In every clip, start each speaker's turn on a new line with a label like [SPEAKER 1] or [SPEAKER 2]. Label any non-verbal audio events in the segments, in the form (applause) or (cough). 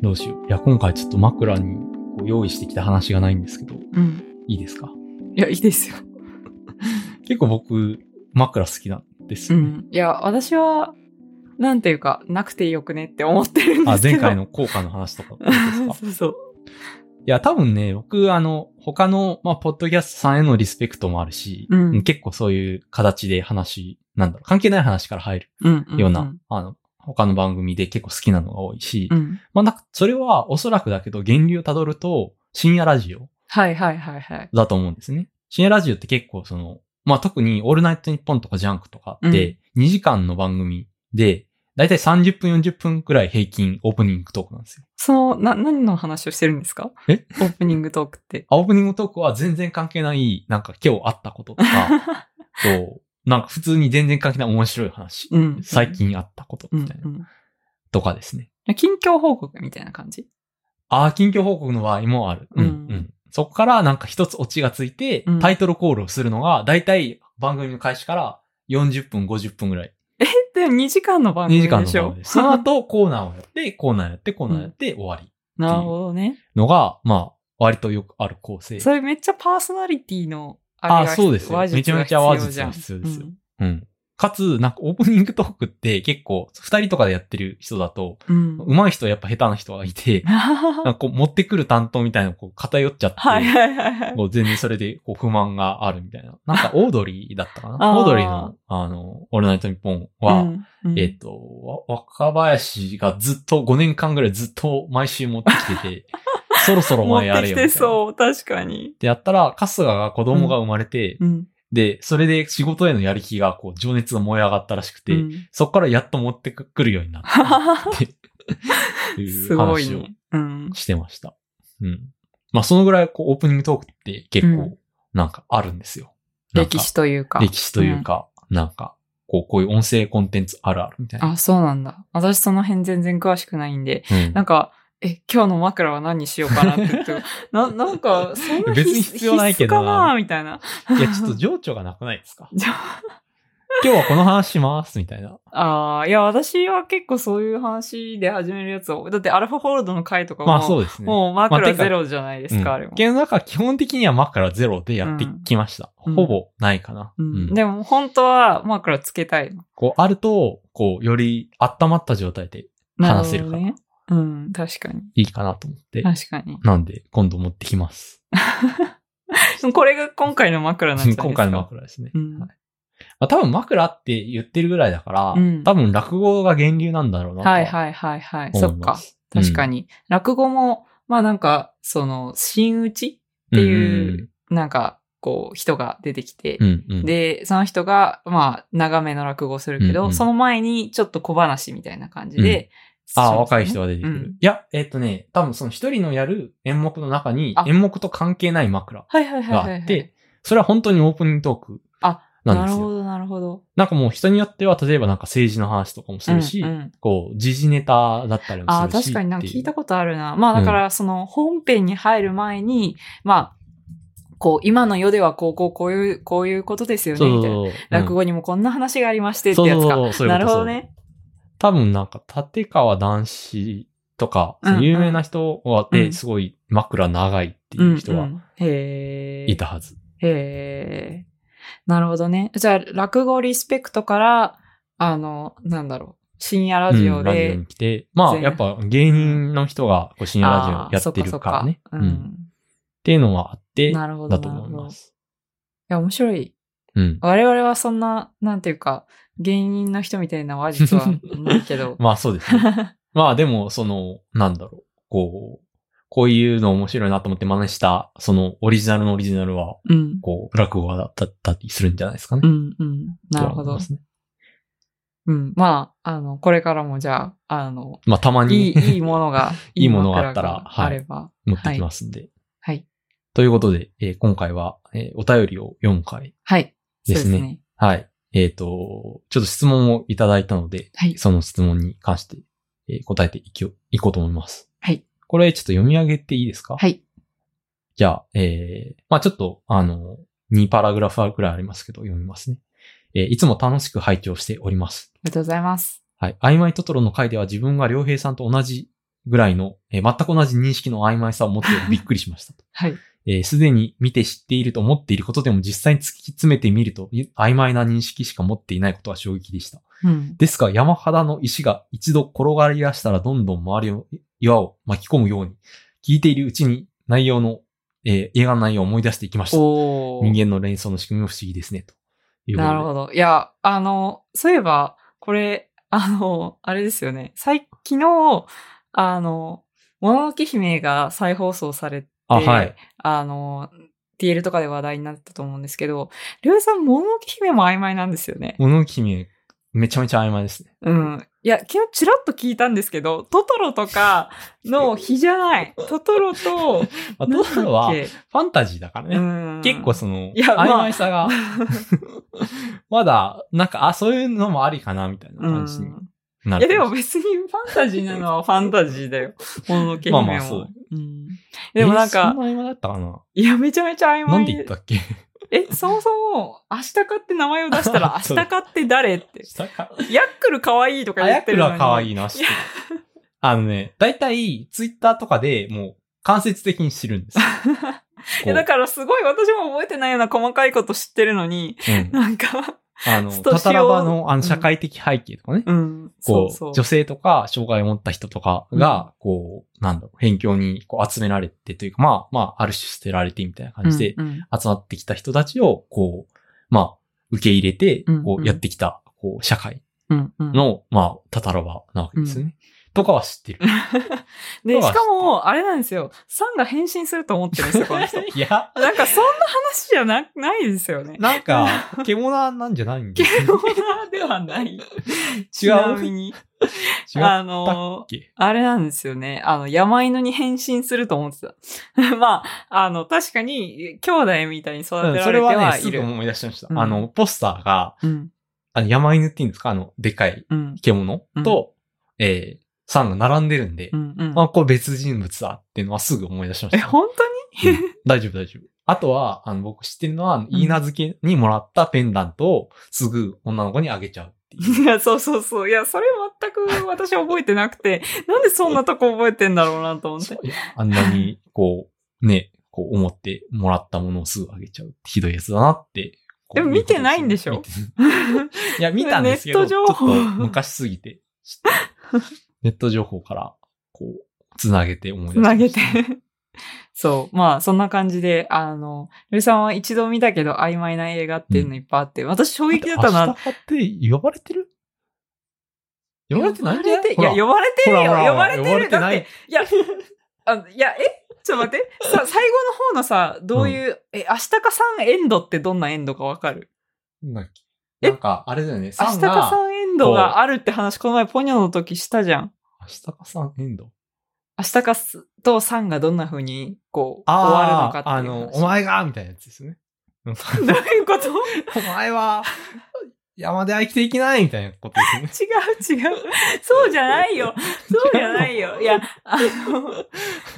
[SPEAKER 1] どうしよう。いや、今回ちょっと枕にこう用意してきた話がないんですけど、
[SPEAKER 2] うん。
[SPEAKER 1] いいですか
[SPEAKER 2] いや、いいですよ。
[SPEAKER 1] 結構僕、枕好きなんです
[SPEAKER 2] う
[SPEAKER 1] よね、
[SPEAKER 2] ん。いや、私は、なんていうか、なくてよくねって思ってるんで
[SPEAKER 1] あ、
[SPEAKER 2] すけ
[SPEAKER 1] 前
[SPEAKER 2] ど。 (laughs)
[SPEAKER 1] 回の効果の話とかどうですか
[SPEAKER 2] そうそう。
[SPEAKER 1] いや、多分ね、僕、あの、他の、まあ、ポッドキャストさんへのリスペクトもあるし、
[SPEAKER 2] うん
[SPEAKER 1] 結構そういう形で話、なんだろう、関係ない話から入る
[SPEAKER 2] うんうん。
[SPEAKER 1] ような、。あの、他の番組で結構好きなのが多いし、
[SPEAKER 2] うん。
[SPEAKER 1] まあ、なんか、それはおそらくだけど、源流をたどると、深夜ラジオ
[SPEAKER 2] はいはいはいはい。
[SPEAKER 1] だと思うんですね。深夜ラジオって結構その、まあ、特にオールナイトニッポンとかジャンクとかって、2時間の番組で、だいたい30分40分くらい平均オープニングトークなんですよ。
[SPEAKER 2] その、な、何の話をしてるんですか
[SPEAKER 1] え
[SPEAKER 2] オープニングトークって。
[SPEAKER 1] あオープニングトークは全然関係ない、なんか今日あったことと
[SPEAKER 2] (laughs)
[SPEAKER 1] か、と、なんか普通に全然関係ない面白い話。
[SPEAKER 2] うん。
[SPEAKER 1] 最近あったこと
[SPEAKER 2] うん。
[SPEAKER 1] みたいな。
[SPEAKER 2] うん
[SPEAKER 1] とかですね。
[SPEAKER 2] 近況報告みたいな感じ
[SPEAKER 1] ああ、近況報告の場合もある。うん、
[SPEAKER 2] う
[SPEAKER 1] うんん。そこからなんか一つオチがついて
[SPEAKER 2] うん、
[SPEAKER 1] タイトルコールをするのが、だいたい番組の開始から40分、50分ぐらい。
[SPEAKER 2] で、2時間の番
[SPEAKER 1] 2
[SPEAKER 2] 組
[SPEAKER 1] 時
[SPEAKER 2] で
[SPEAKER 1] 間の番
[SPEAKER 2] しょ (laughs)
[SPEAKER 1] 組です。その (laughs) 後、コーナーをやって、コーナーやって、コーナーやって、終わり。
[SPEAKER 2] なるほどね。
[SPEAKER 1] のが、まあ、割とよくある構成。
[SPEAKER 2] それめっちゃパーソナリティのあれが
[SPEAKER 1] あそうですよ
[SPEAKER 2] 話術が
[SPEAKER 1] めちゃめちゃ話術
[SPEAKER 2] 必要
[SPEAKER 1] が
[SPEAKER 2] じゃん
[SPEAKER 1] 必要ですようん。かつ、なんかオープニングトークって結構、二人とかでやってる人だと、
[SPEAKER 2] うん。うん。
[SPEAKER 1] 上手い人はやっぱ下手な人がい
[SPEAKER 2] (laughs)
[SPEAKER 1] て、なんかこう持ってくる担当みたいなのこう偏っちゃって、
[SPEAKER 2] はいはいはいはい。
[SPEAKER 1] もう全然それでこう不満があるみたいな。なんかオードリーだったか
[SPEAKER 2] あー
[SPEAKER 1] なオードリーの、あの、オールナイトニッポンは、
[SPEAKER 2] うんうん
[SPEAKER 1] えっ、と、わ若林がずっと5年間ぐらいずっと毎週持ってきて
[SPEAKER 2] (laughs)
[SPEAKER 1] て、そろそろお前
[SPEAKER 2] 持
[SPEAKER 1] や
[SPEAKER 2] って
[SPEAKER 1] れ
[SPEAKER 2] き
[SPEAKER 1] よみたい
[SPEAKER 2] て
[SPEAKER 1] な。
[SPEAKER 2] そう、確かに。
[SPEAKER 1] でやったら、春日が子供が生まれて、
[SPEAKER 2] うん。
[SPEAKER 1] で、それで仕事へのやる気がこう情熱が燃え上がったらしくて、
[SPEAKER 2] うん
[SPEAKER 1] そこからやっと持ってくくるようになった
[SPEAKER 2] (laughs)
[SPEAKER 1] って。ってい
[SPEAKER 2] す
[SPEAKER 1] う
[SPEAKER 2] ごい
[SPEAKER 1] 話を
[SPEAKER 2] ね。うん。
[SPEAKER 1] してました。うん。まあ、そのぐらい、こう、オープニングトークって結
[SPEAKER 2] う
[SPEAKER 1] 構、なんかあるんですよ。なんか
[SPEAKER 2] 歴史というか。
[SPEAKER 1] 歴史というか、なんか、こう、こういう音声コンテンツあるあるみたいな。
[SPEAKER 2] あ、そうなんだ。私その辺全然詳しくないんで、
[SPEAKER 1] うん
[SPEAKER 2] なんか、え、今日の枕は何にしようかなって言って、 (laughs) な、なんか、そんな
[SPEAKER 1] 別に必要ないけど
[SPEAKER 2] 必須かな
[SPEAKER 1] な
[SPEAKER 2] みたいな。
[SPEAKER 1] い
[SPEAKER 2] (laughs)
[SPEAKER 1] や、ちょっと情緒がなくないですか
[SPEAKER 2] じゃ
[SPEAKER 1] 今日はこの話します、みたいな。
[SPEAKER 2] ああ、いや、私は結構そういう話で始めるやつを、だってアルファホールドの回とかも、
[SPEAKER 1] まあ、そうですね。
[SPEAKER 2] もう
[SPEAKER 1] まあ
[SPEAKER 2] 枕
[SPEAKER 1] てか
[SPEAKER 2] ゼロじゃないですか、あれ
[SPEAKER 1] う
[SPEAKER 2] も
[SPEAKER 1] ん。家の中は基本的には枕ゼロでやってきました。
[SPEAKER 2] うん
[SPEAKER 1] ほぼないかな。
[SPEAKER 2] うん
[SPEAKER 1] うん
[SPEAKER 2] でも本当は枕つけたいの。
[SPEAKER 1] こう、あると、こう、より温まった状態で話せるから
[SPEAKER 2] なほどね。うん、確かに。
[SPEAKER 1] いいかなと思って。
[SPEAKER 2] 確かに。
[SPEAKER 1] なんで、今度持ってきます。
[SPEAKER 2] これが今回の枕なんじゃないですか。
[SPEAKER 1] 今回の枕ですね。
[SPEAKER 2] うん
[SPEAKER 1] はいまあ、多分枕って言ってるぐらいだから、
[SPEAKER 2] うん
[SPEAKER 1] 多分落語が源流なんだろうなと
[SPEAKER 2] はい
[SPEAKER 1] は
[SPEAKER 2] はいはいはい。そ
[SPEAKER 1] 思い
[SPEAKER 2] っ
[SPEAKER 1] ま
[SPEAKER 2] か。
[SPEAKER 1] す。
[SPEAKER 2] 確か
[SPEAKER 1] に。っ
[SPEAKER 2] に。落語も、まあなんか、その、真打ちっていう、なんか、こう、人が出てきて、
[SPEAKER 1] うんうん、
[SPEAKER 2] で、その人が、まあ、長めの落語をするけど、
[SPEAKER 1] うんうん
[SPEAKER 2] その前にちょっと小話みたいな感じで。
[SPEAKER 1] ああ、若い人が出てくる。
[SPEAKER 2] うん
[SPEAKER 1] いや、えっ、とね、多分その一人のやる演目の中に
[SPEAKER 2] あ、
[SPEAKER 1] 演目と関係ない枕
[SPEAKER 2] はいはいはい
[SPEAKER 1] があっ
[SPEAKER 2] はい
[SPEAKER 1] て、
[SPEAKER 2] はい。
[SPEAKER 1] それは本当にオープニングトーク
[SPEAKER 2] あ
[SPEAKER 1] なん
[SPEAKER 2] な
[SPEAKER 1] で
[SPEAKER 2] る
[SPEAKER 1] す
[SPEAKER 2] ほ
[SPEAKER 1] よ。
[SPEAKER 2] ど、なるほど。
[SPEAKER 1] なんかもう人によっては、例えばなんか政治の話とかもするし、
[SPEAKER 2] うんうん
[SPEAKER 1] こう、時事ネタだったりも
[SPEAKER 2] ああ、
[SPEAKER 1] するし。
[SPEAKER 2] 確かになんか聞いた
[SPEAKER 1] こ
[SPEAKER 2] ことあるな。まあだから、その本編に入る前に、まあ、こう、今の世ではこう、こう、こういう、こういうことですよね、みたいな。
[SPEAKER 1] そうそうそう。
[SPEAKER 2] 落
[SPEAKER 1] っ
[SPEAKER 2] 語にもこんな話がありましてってやつ
[SPEAKER 1] そう
[SPEAKER 2] か。
[SPEAKER 1] そうそうそういうこと
[SPEAKER 2] なるほどね。
[SPEAKER 1] 多分なんか、立川男子とか、
[SPEAKER 2] うんうん
[SPEAKER 1] 有名な人は、
[SPEAKER 2] うん
[SPEAKER 1] で、すごい枕長いっていう人
[SPEAKER 2] う
[SPEAKER 1] は
[SPEAKER 2] んうんへえ。
[SPEAKER 1] いたはず。
[SPEAKER 2] へえ。なるほどね。じゃあ、落語リスペクトから、あの、なんだろう、深夜ラジ
[SPEAKER 1] う
[SPEAKER 2] オ
[SPEAKER 1] んラジオ
[SPEAKER 2] で
[SPEAKER 1] に。来て、まあ、
[SPEAKER 2] 全
[SPEAKER 1] やっぱ芸人の人がこう深夜ラ
[SPEAKER 2] あ
[SPEAKER 1] ジオ
[SPEAKER 2] ー
[SPEAKER 1] やってるからね。
[SPEAKER 2] そっ
[SPEAKER 1] う
[SPEAKER 2] そ
[SPEAKER 1] ん
[SPEAKER 2] っ
[SPEAKER 1] っていうのはあって、
[SPEAKER 2] うん。
[SPEAKER 1] だ
[SPEAKER 2] なるほど。
[SPEAKER 1] と
[SPEAKER 2] なる
[SPEAKER 1] 思
[SPEAKER 2] ほ
[SPEAKER 1] い
[SPEAKER 2] ど。
[SPEAKER 1] ま
[SPEAKER 2] い
[SPEAKER 1] す。
[SPEAKER 2] や、面白い。
[SPEAKER 1] うん。。
[SPEAKER 2] 我々はそんな、なんていうか、芸人の人みたいな話術はないけど
[SPEAKER 1] まあ、そうですね。
[SPEAKER 2] (laughs)
[SPEAKER 1] まあ、でも、その、なんだろう。こう、こういうの面白いなと思って真似した、そのオリジナルのオリジナルは、
[SPEAKER 2] う
[SPEAKER 1] (laughs)
[SPEAKER 2] ん。
[SPEAKER 1] こう、落語だったりするんじゃないですかね
[SPEAKER 2] う。ん、うん。なる
[SPEAKER 1] とは思
[SPEAKER 2] ほ
[SPEAKER 1] い
[SPEAKER 2] ど
[SPEAKER 1] ま。すね
[SPEAKER 2] うん。まあ、あの、これからもじゃあ、あの、
[SPEAKER 1] まあ、たま
[SPEAKER 2] い
[SPEAKER 1] に
[SPEAKER 2] い、いいものが、
[SPEAKER 1] (laughs) いいものがあったら
[SPEAKER 2] いい枕が
[SPEAKER 1] はい
[SPEAKER 2] あれば。
[SPEAKER 1] 持ってきますんで。
[SPEAKER 2] はい。
[SPEAKER 1] ということで、えー今回は、えーお便りを読む回。
[SPEAKER 2] はい。そう
[SPEAKER 1] ですね
[SPEAKER 2] ですね。
[SPEAKER 1] はい。えっ、と、ちょっと質問をいただいたので、
[SPEAKER 2] はい
[SPEAKER 1] その質問に関して、えー答えていきよいこうと思います。
[SPEAKER 2] はい。
[SPEAKER 1] これちょっと読み上げていいですか
[SPEAKER 2] はい。
[SPEAKER 1] じゃあ、えー、まあちょっと、あの、2パラグラフくらいありますけど、読みますね。えーいつも楽しく拝聴しております。
[SPEAKER 2] ありがとうございます。
[SPEAKER 1] はい。曖昧トトロの回では自分が良平さんと同じぐらいの、えー全く同じ認識の曖昧さを持ってびっくりしましたと。 (laughs)
[SPEAKER 2] はい。
[SPEAKER 1] えーすでに見て知っていると思っていることでも実際に突き詰めてみるとい曖昧な認識しか持っていないことは衝撃でした。
[SPEAKER 2] うん。
[SPEAKER 1] ですが山肌の石が一度転がり出したらどんどん周りを、岩を巻き込むように、聞いているうちに内容の、えー映画の内容を思い出していきました。
[SPEAKER 2] おー
[SPEAKER 1] 人間の連想の仕組みも不思議ですね、ということで。
[SPEAKER 2] なるほど。いや、あの、そういえば、これ、あの、あれですよね。最、昨日、あの、もののけ姫が再放送されて、
[SPEAKER 1] あ、はい。
[SPEAKER 2] あの、TL とかで話題になったと思うんですけど、りょうさん、もののけ姫も曖昧なんですよね。
[SPEAKER 1] 物置姫、めちゃめちゃ曖昧ですね。
[SPEAKER 2] うん。いや、昨日ちらっと聞いたんですけど、トトロとか
[SPEAKER 1] (laughs)
[SPEAKER 2] の比じゃない。トトロと、
[SPEAKER 1] まあ、トトロは
[SPEAKER 2] なん
[SPEAKER 1] フ
[SPEAKER 2] だ
[SPEAKER 1] ァ
[SPEAKER 2] っ
[SPEAKER 1] ンタジーだから
[SPEAKER 2] けう
[SPEAKER 1] ね。
[SPEAKER 2] ん
[SPEAKER 1] 結構その、
[SPEAKER 2] いやまあ
[SPEAKER 1] 曖昧さ
[SPEAKER 2] (laughs)
[SPEAKER 1] が、まだ、なんか、あ、そういうのもありかな、みたいな
[SPEAKER 2] うん
[SPEAKER 1] 感じにないる。
[SPEAKER 2] やでも、別にファンタジーなのはファンタジ
[SPEAKER 1] (laughs)
[SPEAKER 2] ーだよ。もののけ姫も。
[SPEAKER 1] まあまあそう
[SPEAKER 2] うんでもなん
[SPEAKER 1] えそ
[SPEAKER 2] か
[SPEAKER 1] ん、な曖昧だったかな。
[SPEAKER 2] いや、めちゃめちゃ曖昧
[SPEAKER 1] なんで言ったっけ
[SPEAKER 2] え、そもそも、明日かって名前を出した
[SPEAKER 1] (laughs)
[SPEAKER 2] ら、
[SPEAKER 1] そ
[SPEAKER 2] 明
[SPEAKER 1] う
[SPEAKER 2] 日かって誰
[SPEAKER 1] (laughs)
[SPEAKER 2] って。
[SPEAKER 1] 下か
[SPEAKER 2] ヤックル可愛いとか
[SPEAKER 1] あ
[SPEAKER 2] 言
[SPEAKER 1] や
[SPEAKER 2] っ
[SPEAKER 1] く
[SPEAKER 2] てる
[SPEAKER 1] る
[SPEAKER 2] の
[SPEAKER 1] は可愛
[SPEAKER 2] い。
[SPEAKER 1] いな、知って
[SPEAKER 2] い
[SPEAKER 1] るあのね、だいたい、ツイッターとかでもう、間接的に知るんですよ
[SPEAKER 2] (laughs) いや、だ
[SPEAKER 1] こ
[SPEAKER 2] からすごい私も覚えてないような細かいこと知ってるのに、 (laughs)
[SPEAKER 1] ううん
[SPEAKER 2] なんか、
[SPEAKER 1] あの、
[SPEAKER 2] ストシオ
[SPEAKER 1] タタラバの、あ
[SPEAKER 2] うん
[SPEAKER 1] の、社会的背景とかね。
[SPEAKER 2] うん、そ
[SPEAKER 1] こ
[SPEAKER 2] う
[SPEAKER 1] う
[SPEAKER 2] そう。
[SPEAKER 1] 女性とか障害を持った人とかが、こう、なんだろう、辺境にこう集められてというか、まあ、まあ、ある種捨てられてみたいな感じで、
[SPEAKER 2] うんうん
[SPEAKER 1] 集まってきた人たちを、こう、まあ、受け入れて
[SPEAKER 2] うん、
[SPEAKER 1] こ
[SPEAKER 2] うん
[SPEAKER 1] う、やってきた、こう、社会
[SPEAKER 2] うんうん
[SPEAKER 1] の、まあ、タタラバなわけですよね。とかは知ってる。
[SPEAKER 2] で、
[SPEAKER 1] と
[SPEAKER 2] し
[SPEAKER 1] は
[SPEAKER 2] かも、あれなんですよ。サンが変身すると思ってるんですよ、この人。
[SPEAKER 1] (laughs) いや、
[SPEAKER 2] なんか、そんな話じゃな、ないですよね。
[SPEAKER 1] (laughs) なんか、獣なんじゃないんです
[SPEAKER 2] オ
[SPEAKER 1] よ
[SPEAKER 2] ーナーではない。ち
[SPEAKER 1] 違
[SPEAKER 2] な
[SPEAKER 1] う
[SPEAKER 2] みに、
[SPEAKER 1] 違うっ
[SPEAKER 2] あの、
[SPEAKER 1] け
[SPEAKER 2] あれなんですよね。あの、山犬に変身すると思ってた。 (laughs) まあ、あの、確かに、兄弟みたいに育てら
[SPEAKER 1] う
[SPEAKER 2] れ
[SPEAKER 1] ん
[SPEAKER 2] て
[SPEAKER 1] それはね、
[SPEAKER 2] はい
[SPEAKER 1] すぐ
[SPEAKER 2] る。
[SPEAKER 1] 思い出しました。
[SPEAKER 2] うん
[SPEAKER 1] あの、ポスターが、
[SPEAKER 2] うん、
[SPEAKER 1] あの、山犬っていうんですかあの、でかい
[SPEAKER 2] うん、
[SPEAKER 1] 獣と、えー、サンが並んでるんで、
[SPEAKER 2] うん、うん。
[SPEAKER 1] あ、これ別人物だっていうのはすぐ思い出しま
[SPEAKER 2] え、
[SPEAKER 1] した。
[SPEAKER 2] 本当に
[SPEAKER 1] うん大丈夫、大丈夫。あとは、あの、僕知ってるのは、いいな付けにもらったペンダントをすぐ女の子にあげちゃうっていう。
[SPEAKER 2] いや、そうそうそう。いや、それ全く私覚えてなくて、なんでそんなとこ覚えてんだろうなと思って。
[SPEAKER 1] いやあんなに、こう、ね、こう思ってもらったものをすぐあげちゃうってひどいやつだなって。こう
[SPEAKER 2] でも見てないんでしょ
[SPEAKER 1] 見ていや、見たんですけど、
[SPEAKER 2] ネット情報
[SPEAKER 1] ちょっと昔すぎて、ちょっとネット情報から、こう、つなげて思い出し
[SPEAKER 2] つ
[SPEAKER 1] ま
[SPEAKER 2] なげ
[SPEAKER 1] してた。。
[SPEAKER 2] そう。まあ、そんな感じで、あの、ルイさんは一度見たけど曖昧な映画っていうのいっぱいあって、私衝撃だったな。
[SPEAKER 1] 明日って呼ばれてる呼ばれてないんじゃない
[SPEAKER 2] 呼ばれていや、呼ばれてるよ。呼ばれてる。
[SPEAKER 1] 呼ば
[SPEAKER 2] だ
[SPEAKER 1] れ
[SPEAKER 2] っていや、あのいや、えちょっと待って。さ、最後の方のさ、どういう、え、明日か3エンドってどんなエンドかわかる
[SPEAKER 1] なんだっ
[SPEAKER 2] え
[SPEAKER 1] けなんか、あれだよね。
[SPEAKER 2] 明
[SPEAKER 1] サ
[SPEAKER 2] 日
[SPEAKER 1] ン
[SPEAKER 2] か
[SPEAKER 1] が、
[SPEAKER 2] 3エンドがあるって話、この前ポニョの時したじゃん。
[SPEAKER 1] 明日かさんエンド。
[SPEAKER 2] 明日かすと3がどんな風に、こう、終わるの
[SPEAKER 1] あ
[SPEAKER 2] かってい
[SPEAKER 1] あ、
[SPEAKER 2] う話。
[SPEAKER 1] あの、お前がみたいなやつですよね。うん
[SPEAKER 2] どういうこと違
[SPEAKER 1] お前は、山では生きていけないみたいなことですよね。
[SPEAKER 2] う違う。そうじゃないよ。そうじゃないよ。いや、あの、い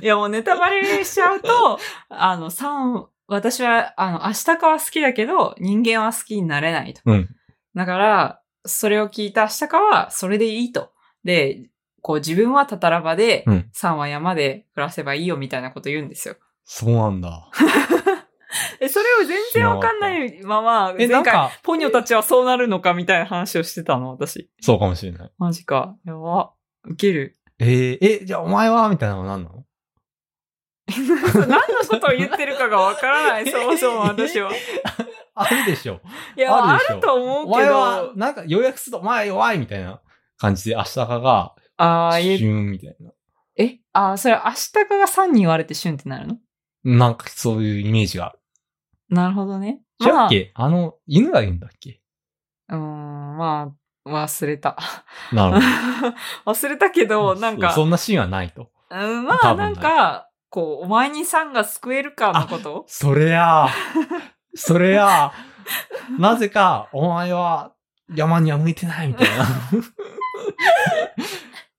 [SPEAKER 2] やもうネタバレしちゃうと、あの、3、私は、あの、明日かは好きだけど、人間は好きになれないと。
[SPEAKER 1] うん
[SPEAKER 2] だから、それを聞いた明日かは、それでいいと。で、こう自分はたたらばで、
[SPEAKER 1] うん
[SPEAKER 2] 3は山で暮らせばいいよみたいなこと言うんですよ。
[SPEAKER 1] (laughs) そうなんだ。
[SPEAKER 2] え、それを全然わかんないまま、
[SPEAKER 1] え、な
[SPEAKER 2] 前
[SPEAKER 1] ん
[SPEAKER 2] 回、
[SPEAKER 1] か、
[SPEAKER 2] ポニョたちはそうなるのかみたいな話をしてたの、私。
[SPEAKER 1] そうかもしれない。
[SPEAKER 2] マジか。やば。ウケる。
[SPEAKER 1] えーえ、じゃあお前はみたいなのは何なの
[SPEAKER 2] (laughs) 何のことを言ってるかがわからない、 (laughs) そもそも私は。
[SPEAKER 1] あるでしょ。
[SPEAKER 2] いや、あ
[SPEAKER 1] あるでしょ
[SPEAKER 2] ると
[SPEAKER 1] お
[SPEAKER 2] 思うけ
[SPEAKER 1] 前は
[SPEAKER 2] ど、。
[SPEAKER 1] なんか、要約すると、お前弱いみたいな感じで、明日かが、
[SPEAKER 2] ああ、
[SPEAKER 1] シ
[SPEAKER 2] え、
[SPEAKER 1] ュンみたいな。
[SPEAKER 2] え、あーそれ明日かが3に言われてシュンってなるの
[SPEAKER 1] なんか、そういうイメージがある。
[SPEAKER 2] なるほどね。
[SPEAKER 1] 違う
[SPEAKER 2] ま
[SPEAKER 1] っ
[SPEAKER 2] あ、う
[SPEAKER 1] けあの、犬がいるんだっけ
[SPEAKER 2] ーん、まあ、忘れた。
[SPEAKER 1] なるほど。
[SPEAKER 2] (laughs) 忘れたけど、なんか、
[SPEAKER 1] そんなシーンはないと。
[SPEAKER 2] うん、まあ、
[SPEAKER 1] 多分な
[SPEAKER 2] な
[SPEAKER 1] んい
[SPEAKER 2] か、こう、お前に3が救えるかのこと
[SPEAKER 1] それや、それや、なぜか、お前は山には向いてないみたい
[SPEAKER 2] (laughs)
[SPEAKER 1] な。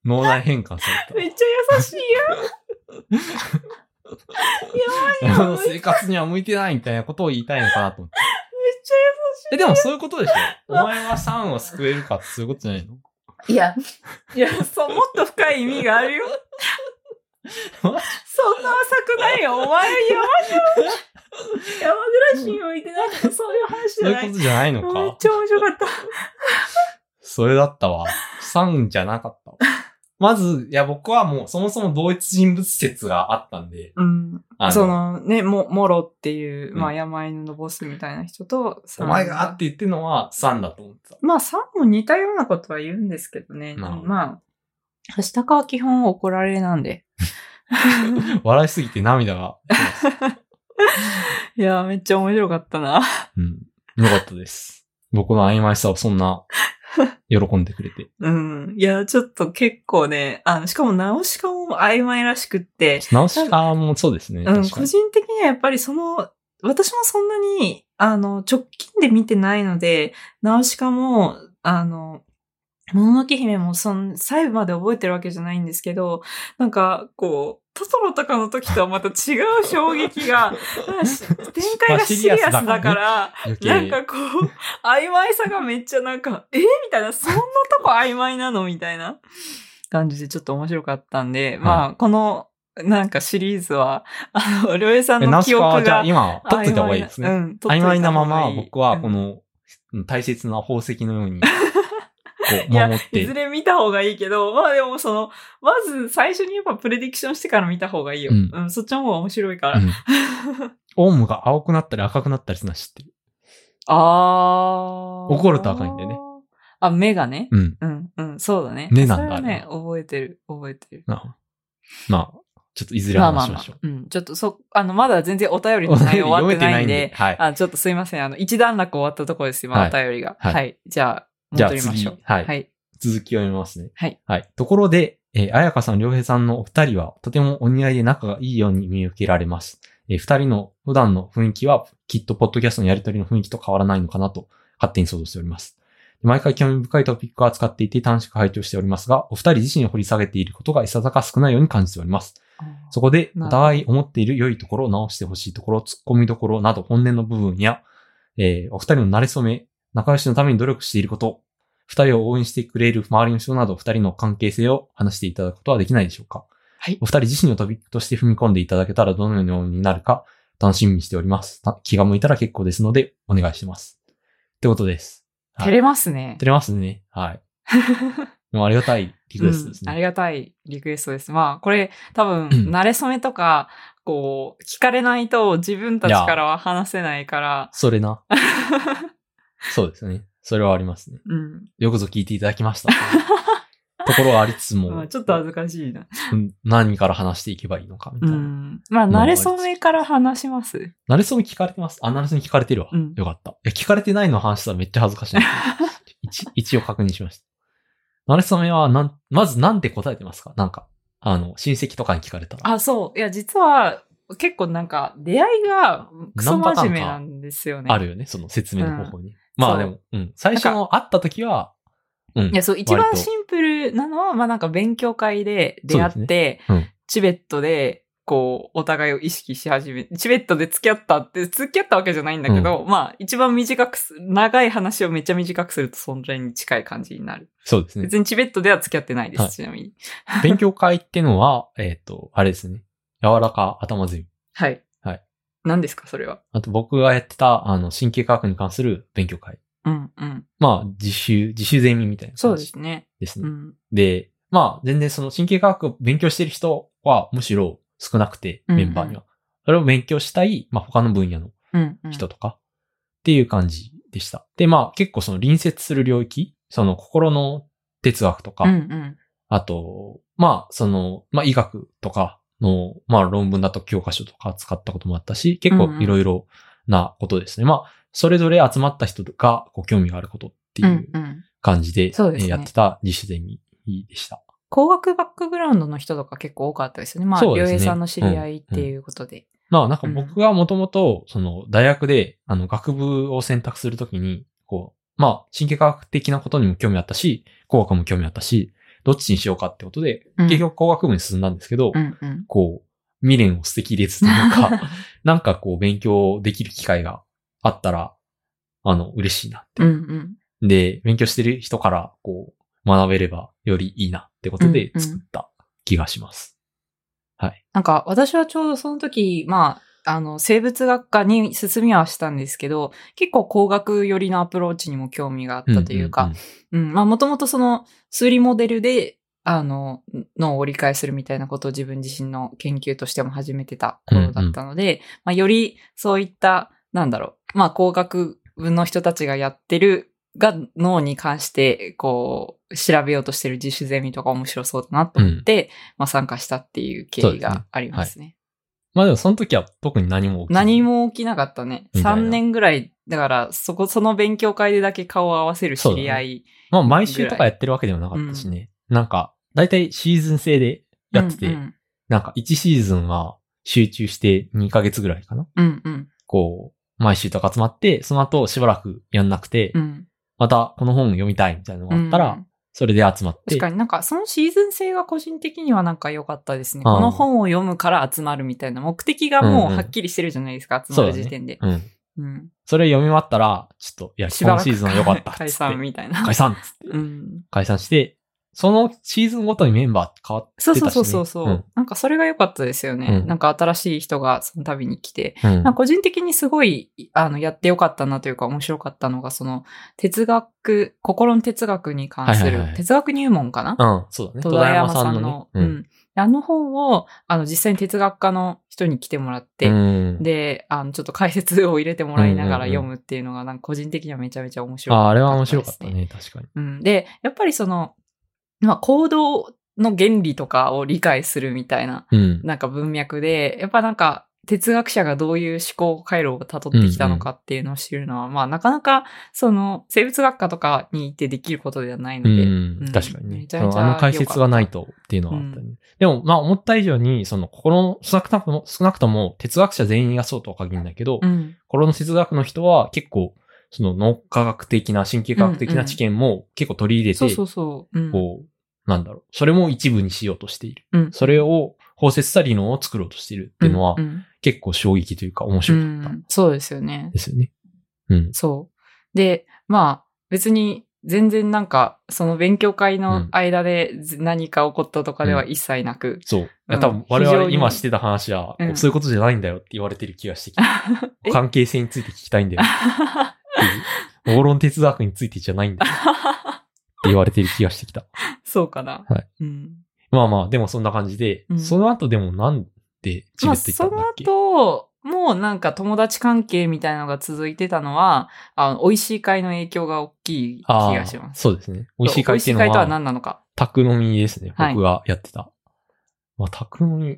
[SPEAKER 1] 脳内変換さ
[SPEAKER 2] め
[SPEAKER 1] れ
[SPEAKER 2] っちゃ優しいや
[SPEAKER 1] た。山の生活には向いてないみたいなことを言いたいのかなと思って。
[SPEAKER 2] めっちゃ (laughs)
[SPEAKER 1] え、でもそういうことでしょお前はンを救えるかってそういうことじゃないの
[SPEAKER 2] いや、 (laughs) いや、そう、もっと深い意味がある (laughs) よ。そんな浅くないよ。お前、山城、山暮らしにおいてなんかそういう話じ
[SPEAKER 1] そ
[SPEAKER 2] ゃ
[SPEAKER 1] うい
[SPEAKER 2] な
[SPEAKER 1] う
[SPEAKER 2] い。
[SPEAKER 1] ことじゃないの
[SPEAKER 2] めっ
[SPEAKER 1] か。
[SPEAKER 2] ちゃ面白かった。
[SPEAKER 1] それだったわ。3じゃなかったわ。まず、いや、僕はもう、そもそも同一人物説があったんで、
[SPEAKER 2] うん。
[SPEAKER 1] あの
[SPEAKER 2] そのね、も、もろっていう、
[SPEAKER 1] うん
[SPEAKER 2] まあ、山犬のボスみたいな人と、
[SPEAKER 1] お前があって言ってるのは3だと思ってた。
[SPEAKER 2] まあ、サンも似たようなことは言うんですけどね。
[SPEAKER 1] なるほど
[SPEAKER 2] まあ、明日かは基本怒られな
[SPEAKER 1] (laughs)
[SPEAKER 2] んで。
[SPEAKER 1] 笑いすぎて涙が出ました。
[SPEAKER 2] いやー、めっちゃ面白かったな。
[SPEAKER 1] うん。よかったです。僕の曖昧さをそんな、喜んでくれて。
[SPEAKER 2] うん。いや、ちょっと結構ね、あの、しかもナオシカも曖昧らしくって、
[SPEAKER 1] 直
[SPEAKER 2] (laughs)
[SPEAKER 1] しかもそうですね。
[SPEAKER 2] うん、
[SPEAKER 1] 確か
[SPEAKER 2] 個
[SPEAKER 1] に。
[SPEAKER 2] 人的にはやっぱりその、私もそんなに、あの、直近で見てないので、ナオシカも、あの、もののけ姫もその、細部まで覚えてるわけじゃないんですけど、なんか、こう、トトロとかの時とはまた違う衝
[SPEAKER 1] (laughs)
[SPEAKER 2] 撃が、なんかし展開がシリアスだから、
[SPEAKER 1] 余計
[SPEAKER 2] なんかこう、 (laughs) 曖昧さがめっちゃなんか、えみたいな、そんなとこ曖昧なのみたいな感じでちょっと面白かったんで、まあ、この、なんかシリーズは、あの、りょうえさん
[SPEAKER 1] え、
[SPEAKER 2] の
[SPEAKER 1] ナウシ
[SPEAKER 2] 記
[SPEAKER 1] カ
[SPEAKER 2] 憶
[SPEAKER 1] はじゃあ
[SPEAKER 2] が、
[SPEAKER 1] 今、取っといた方がいいですね。
[SPEAKER 2] 曖昧なうん、
[SPEAKER 1] 曖
[SPEAKER 2] 取っといた方がい
[SPEAKER 1] 昧
[SPEAKER 2] い
[SPEAKER 1] なまま僕はこ
[SPEAKER 2] うん
[SPEAKER 1] のうん大切な宝石のよう
[SPEAKER 2] (laughs)
[SPEAKER 1] に、こう、
[SPEAKER 2] いや
[SPEAKER 1] 守っ
[SPEAKER 2] いず
[SPEAKER 1] て。
[SPEAKER 2] れ見た方がいいけど、まあでもその、まず最初にやっぱプレディクションしてから見た方がいいよ。
[SPEAKER 1] う
[SPEAKER 2] うんん、そっちの方が面白いから。
[SPEAKER 1] うんオウムが青くなったり赤くなったりするのは知ってる。
[SPEAKER 2] あー。
[SPEAKER 1] 怒ると赤いんだよね。
[SPEAKER 2] あ、目がね。
[SPEAKER 1] うん。
[SPEAKER 2] うん、うん、そうだね。
[SPEAKER 1] ねなんだ
[SPEAKER 2] それは
[SPEAKER 1] あれ
[SPEAKER 2] ね、覚えてる、覚えてる。
[SPEAKER 1] なあまあ、ちょっといずれ
[SPEAKER 2] まあま
[SPEAKER 1] 話
[SPEAKER 2] あ
[SPEAKER 1] し
[SPEAKER 2] ま
[SPEAKER 1] ま
[SPEAKER 2] あ
[SPEAKER 1] しょう。。
[SPEAKER 2] うん、ちょっとそ、あの、まだ全然お便りの内容
[SPEAKER 1] (laughs)
[SPEAKER 2] 終わってないんで、
[SPEAKER 1] はい。
[SPEAKER 2] あちょっとすいません。あの、一段落終わったところです、今、
[SPEAKER 1] はい
[SPEAKER 2] お便りが。
[SPEAKER 1] は
[SPEAKER 2] はいい。じゃあ、
[SPEAKER 1] じゃあ
[SPEAKER 2] 戻りましょう
[SPEAKER 1] 次。はい
[SPEAKER 2] はい。
[SPEAKER 1] 続きを読みますね。
[SPEAKER 2] はい。
[SPEAKER 1] はい。ところで、えー、彩香さん、良平さんのお二人は、とてもお似合いで仲がいいように見受けられます。えー二人の普段の雰囲気は、きっとポッドキャストのやりとりの雰囲気と変わらないのかなと、勝手に想像しております。毎回興味深いトピックを扱っていて短縮拝聴しておりますが、お二人自身を掘り下げていることがいささか少ないように感じております。そこで、お
[SPEAKER 2] なるほど
[SPEAKER 1] 互い思っている良いところ、直してほしいところ、突っ込みどころなど本音の部分や、えーお二人の慣れ初め、仲良しのために努力していること、二人を応援してくれる周りの人など二人の関係性を話していただくことはできないでしょうか。
[SPEAKER 2] はい
[SPEAKER 1] お二人自身のトピックとして踏み込んでいただけたらどのようになるか楽しみにしております。た気が向いたら結構ですので、お願いします。ってことです。はい
[SPEAKER 2] 照れますね
[SPEAKER 1] 照。れますね。はい。でもありがたいリクエストです
[SPEAKER 2] うんあ
[SPEAKER 1] ね。
[SPEAKER 2] りがたいリクエストです。まあ、これ、多 (clears throat) 分、
[SPEAKER 1] うん
[SPEAKER 2] 慣れ初めとか、こう、聞かれないと自分たちからは話せないから、
[SPEAKER 1] それな。そうですね。それはありますね。
[SPEAKER 2] (laughs) うん。
[SPEAKER 1] よくぞ聞いていただきました。 (laughs) ところはありつつも、
[SPEAKER 2] (laughs) まあ、ちょっと恥ずかしいな。
[SPEAKER 1] うん何から話していけばいいのかみた
[SPEAKER 2] う
[SPEAKER 1] いな。
[SPEAKER 2] ん。まあ、慣れ初めから話します。
[SPEAKER 1] なれそめ聞かれてます。あ、なれそめ聞かれてるわ。
[SPEAKER 2] うん
[SPEAKER 1] よかった。いや、聞かれてないの話したらめっちゃ恥ずかしいんですけど。 (laughs) 一一応確認しました。なれそめはなん、まずなんて答えてますかなんか、あの、親戚とかに聞かれたら。
[SPEAKER 2] あ、そう。いや、実は、結構なんか、出会いが、クソ真面目なんですよね。
[SPEAKER 1] あるよね、その説明の方法に。ま
[SPEAKER 2] そ
[SPEAKER 1] あ
[SPEAKER 2] う
[SPEAKER 1] でも、うん。最初の会った時は、うん。
[SPEAKER 2] いや、そう、一番
[SPEAKER 1] 割と
[SPEAKER 2] シンプルなのは、まあなんか勉強会で出会
[SPEAKER 1] そう
[SPEAKER 2] っ
[SPEAKER 1] で
[SPEAKER 2] て、
[SPEAKER 1] うん
[SPEAKER 2] チベットで、こう、お互いを意識し始め、チベットで付き合ったって、付き合ったわけじゃないんだけど、まあ、一番短くす、長い話をめっちゃ短くすると、そんなに近い感じになる。
[SPEAKER 1] そうですね。
[SPEAKER 2] 別に (laughs) チベットでは付き合ってないです、
[SPEAKER 1] はい
[SPEAKER 2] ちなみに。
[SPEAKER 1] 勉強会ってのは、えっ、と、あれですね。柔らか頭ゼミ。
[SPEAKER 2] はい。
[SPEAKER 1] はい。
[SPEAKER 2] 何ですか、それは。
[SPEAKER 1] あと僕がやってた、あの、神経科学に関する勉強会。
[SPEAKER 2] うん、うん。
[SPEAKER 1] まあ、自習、自習ゼミみたいな
[SPEAKER 2] そう
[SPEAKER 1] 感
[SPEAKER 2] で
[SPEAKER 1] じ
[SPEAKER 2] すね。
[SPEAKER 1] です
[SPEAKER 2] う
[SPEAKER 1] ね。
[SPEAKER 2] ん。
[SPEAKER 1] で、まあ、全然その神経科学を勉強してる人はむしろ少なくて、
[SPEAKER 2] うん
[SPEAKER 1] メンバーには。それを勉強したい、まあ他の分野の
[SPEAKER 2] うん、うん。
[SPEAKER 1] 人とか、っていう感じでした。で、まあ結構その隣接する領域、その心の哲学とか、
[SPEAKER 2] うん、うん。
[SPEAKER 1] あと、まあ、その、まあ、医学とかの、まあ、論文だと教科書とか使ったこともあったし、結
[SPEAKER 2] うん
[SPEAKER 1] 構
[SPEAKER 2] うん
[SPEAKER 1] いろいろなことですね。まあ、それぞれ集まった人がご興味があることって
[SPEAKER 2] う、
[SPEAKER 1] いうん
[SPEAKER 2] うん。
[SPEAKER 1] 感じで、
[SPEAKER 2] そうです
[SPEAKER 1] え
[SPEAKER 2] ね
[SPEAKER 1] やってた自主ゼミでした。
[SPEAKER 2] 工学バックグラウンドの人とか結構多かったですよね。まあ、
[SPEAKER 1] そうで
[SPEAKER 2] りょ
[SPEAKER 1] す
[SPEAKER 2] う
[SPEAKER 1] ね
[SPEAKER 2] えさんの知り合いっていうことで。
[SPEAKER 1] まあ、なんか僕がもともと、その、大学で、あの、学部を選択するときに、こう、まあ、神経科学的なことにも興味あったし、工学も興味あったし、どっちにしようかってことで、
[SPEAKER 2] うん
[SPEAKER 1] 結局工学部に進んだんですけど、
[SPEAKER 2] うん、うん。
[SPEAKER 1] こう、未練を捨てきれずというか、
[SPEAKER 2] (laughs)
[SPEAKER 1] なんかこう、勉強できる機会があったら、あの、嬉しいなって。
[SPEAKER 2] うんうん。
[SPEAKER 1] で、勉強してる人から、こう、学べればよりいいなってことで
[SPEAKER 2] うんうん
[SPEAKER 1] 作った気がします。
[SPEAKER 2] なんか、私はちょうどその時、まあ、あの、生物学科に進みはしたんですけど、結構工学寄りのアプローチにも興味があったというか、
[SPEAKER 1] んんん
[SPEAKER 2] うん、まあもともとその数理モデルで、あの、脳を折り返するみたいなことを自分自身の研究としても始めてた頃だったので、まあよりそういった、なんだろう、まあ工学部の人たちがやってるが脳に関して、こう、調べようとしてる自主ゼミとか面白そうだなと思って、まあ参加したっていう経緯がありますね。
[SPEAKER 1] まあでもその時は特に何も起きない
[SPEAKER 2] 何も起きなかったね。
[SPEAKER 1] みたいな
[SPEAKER 2] 3年ぐらい、だからそこ、その勉強会でだけ顔を合わせる知り合い。
[SPEAKER 1] まあ毎週とかやってるわけではなかったしね。なんか、だいたいシーズン制でやってて、
[SPEAKER 2] うんうん
[SPEAKER 1] なんか1シーズンは集中して2ヶ月ぐらいかな。
[SPEAKER 2] うんうん。
[SPEAKER 1] こう、毎週とか集まって、その後しばらくやんなくて、
[SPEAKER 2] うん
[SPEAKER 1] またこの本読みたいみたいなのがあったら、
[SPEAKER 2] うん
[SPEAKER 1] それで集まって。
[SPEAKER 2] 確かになんかそのシーズン性が個人的にはなんか良かったですね。
[SPEAKER 1] ああ
[SPEAKER 2] この本を読むから集まるみたいな目的がもうはっきりしてるじゃないですか、集まる時点で。
[SPEAKER 1] うん。
[SPEAKER 2] うん。
[SPEAKER 1] それ読み終わったら、ちょっと、いや、
[SPEAKER 2] し
[SPEAKER 1] こ
[SPEAKER 2] ば
[SPEAKER 1] の
[SPEAKER 2] らく
[SPEAKER 1] シーズンは良かったっつって。
[SPEAKER 2] (laughs) 解散みたいな。
[SPEAKER 1] 解散っつって
[SPEAKER 2] うん。
[SPEAKER 1] 解散して、そのシーズンごとにメンバー変わってたし、
[SPEAKER 2] そ
[SPEAKER 1] ね。
[SPEAKER 2] うそうそうそうそう、
[SPEAKER 1] うん
[SPEAKER 2] なんかそれが良かったですよね、
[SPEAKER 1] うん
[SPEAKER 2] なんか新しい人がその度に来て。
[SPEAKER 1] うん
[SPEAKER 2] なんか個人的にすごい、あの、やって良かったなというか面白かったのが、その、哲学、心の哲学に関する、
[SPEAKER 1] はいはいはい
[SPEAKER 2] 哲学入門かな、
[SPEAKER 1] うん、そうだね。
[SPEAKER 2] 戸田山さ
[SPEAKER 1] 戸田
[SPEAKER 2] んの、
[SPEAKER 1] 山さんのね。
[SPEAKER 2] うん。あの本を、あの、実際に哲学家の人に来てもらって、
[SPEAKER 1] うん、
[SPEAKER 2] で、あの、ちょっと解説を入れてもらいながら
[SPEAKER 1] うんうんうん
[SPEAKER 2] 読むっていうのが、なんか個人的にはめちゃめちゃ面白かった、
[SPEAKER 1] ああれは面白かった。ね、確かに。
[SPEAKER 2] うん。で、やっぱりその、まあ、行動の原理とかを理解するみたいな、
[SPEAKER 1] うん。
[SPEAKER 2] なんか文脈で、やっぱなんか、哲学者がどういう思考回路を辿ってきたのかっていうのを知るのは、まあなかなか、その、生物学科とかに行ってできることではないの
[SPEAKER 1] う
[SPEAKER 2] で、
[SPEAKER 1] ん
[SPEAKER 2] うん
[SPEAKER 1] 確かにね
[SPEAKER 2] めちゃめちゃ
[SPEAKER 1] あの解説がないとっていうのはあったね。でも、まあ、思った以上に、その、心の、少なくとも、少なくとも、哲学者全員がそうとは限らないけど、
[SPEAKER 2] うん。
[SPEAKER 1] 心の哲学の人は結構、その脳科学的な、神経科学的な知見も結構取り入れて、
[SPEAKER 2] そうそうそう。うん。
[SPEAKER 1] こう、なんだろう、それも一部にしようとしている。
[SPEAKER 2] うん
[SPEAKER 1] それを、包摂た理論を作ろうとしているっていうのは
[SPEAKER 2] う、ん
[SPEAKER 1] 結構衝撃というか面
[SPEAKER 2] う
[SPEAKER 1] 白か
[SPEAKER 2] ん
[SPEAKER 1] った
[SPEAKER 2] うんん、そうですよね。
[SPEAKER 1] ですよね。うん。
[SPEAKER 2] そう。で、まあ、別に全然なんか、その勉強会
[SPEAKER 1] う
[SPEAKER 2] の
[SPEAKER 1] ん
[SPEAKER 2] 間でず何か起こったとかでは
[SPEAKER 1] う
[SPEAKER 2] 一切なく、 (laughs)
[SPEAKER 1] そう。
[SPEAKER 2] うん
[SPEAKER 1] 多分、我々今してた話は、
[SPEAKER 2] 非常に
[SPEAKER 1] こうそういうことじゃないんだよって言われてる気がしてきた。
[SPEAKER 2] (laughs) え
[SPEAKER 1] 関係性について聞きたいんだよって
[SPEAKER 2] (laughs)
[SPEAKER 1] いう。暴論哲学についてじゃないんだよって言われてる気がしてきた。
[SPEAKER 2] そうかな。
[SPEAKER 1] はい
[SPEAKER 2] うん、
[SPEAKER 1] まあまあ、でもそんな感じで、
[SPEAKER 2] うん
[SPEAKER 1] その後でもなんでチ
[SPEAKER 2] ま
[SPEAKER 1] ベ
[SPEAKER 2] あ、
[SPEAKER 1] ット行った
[SPEAKER 2] そ
[SPEAKER 1] んだ
[SPEAKER 2] の
[SPEAKER 1] っけ、
[SPEAKER 2] 後、もうなんか友達関係みたいなのが続いてたのは、あの、美味しい会の影響が大きい気
[SPEAKER 1] あ
[SPEAKER 2] が
[SPEAKER 1] あ
[SPEAKER 2] します。
[SPEAKER 1] そうですね。美味しい会っていう
[SPEAKER 2] 美
[SPEAKER 1] の
[SPEAKER 2] 味しい会とは
[SPEAKER 1] は、
[SPEAKER 2] 何なのか。
[SPEAKER 1] 宅飲みですね。
[SPEAKER 2] はい
[SPEAKER 1] 僕がやってた。まあ、宅飲み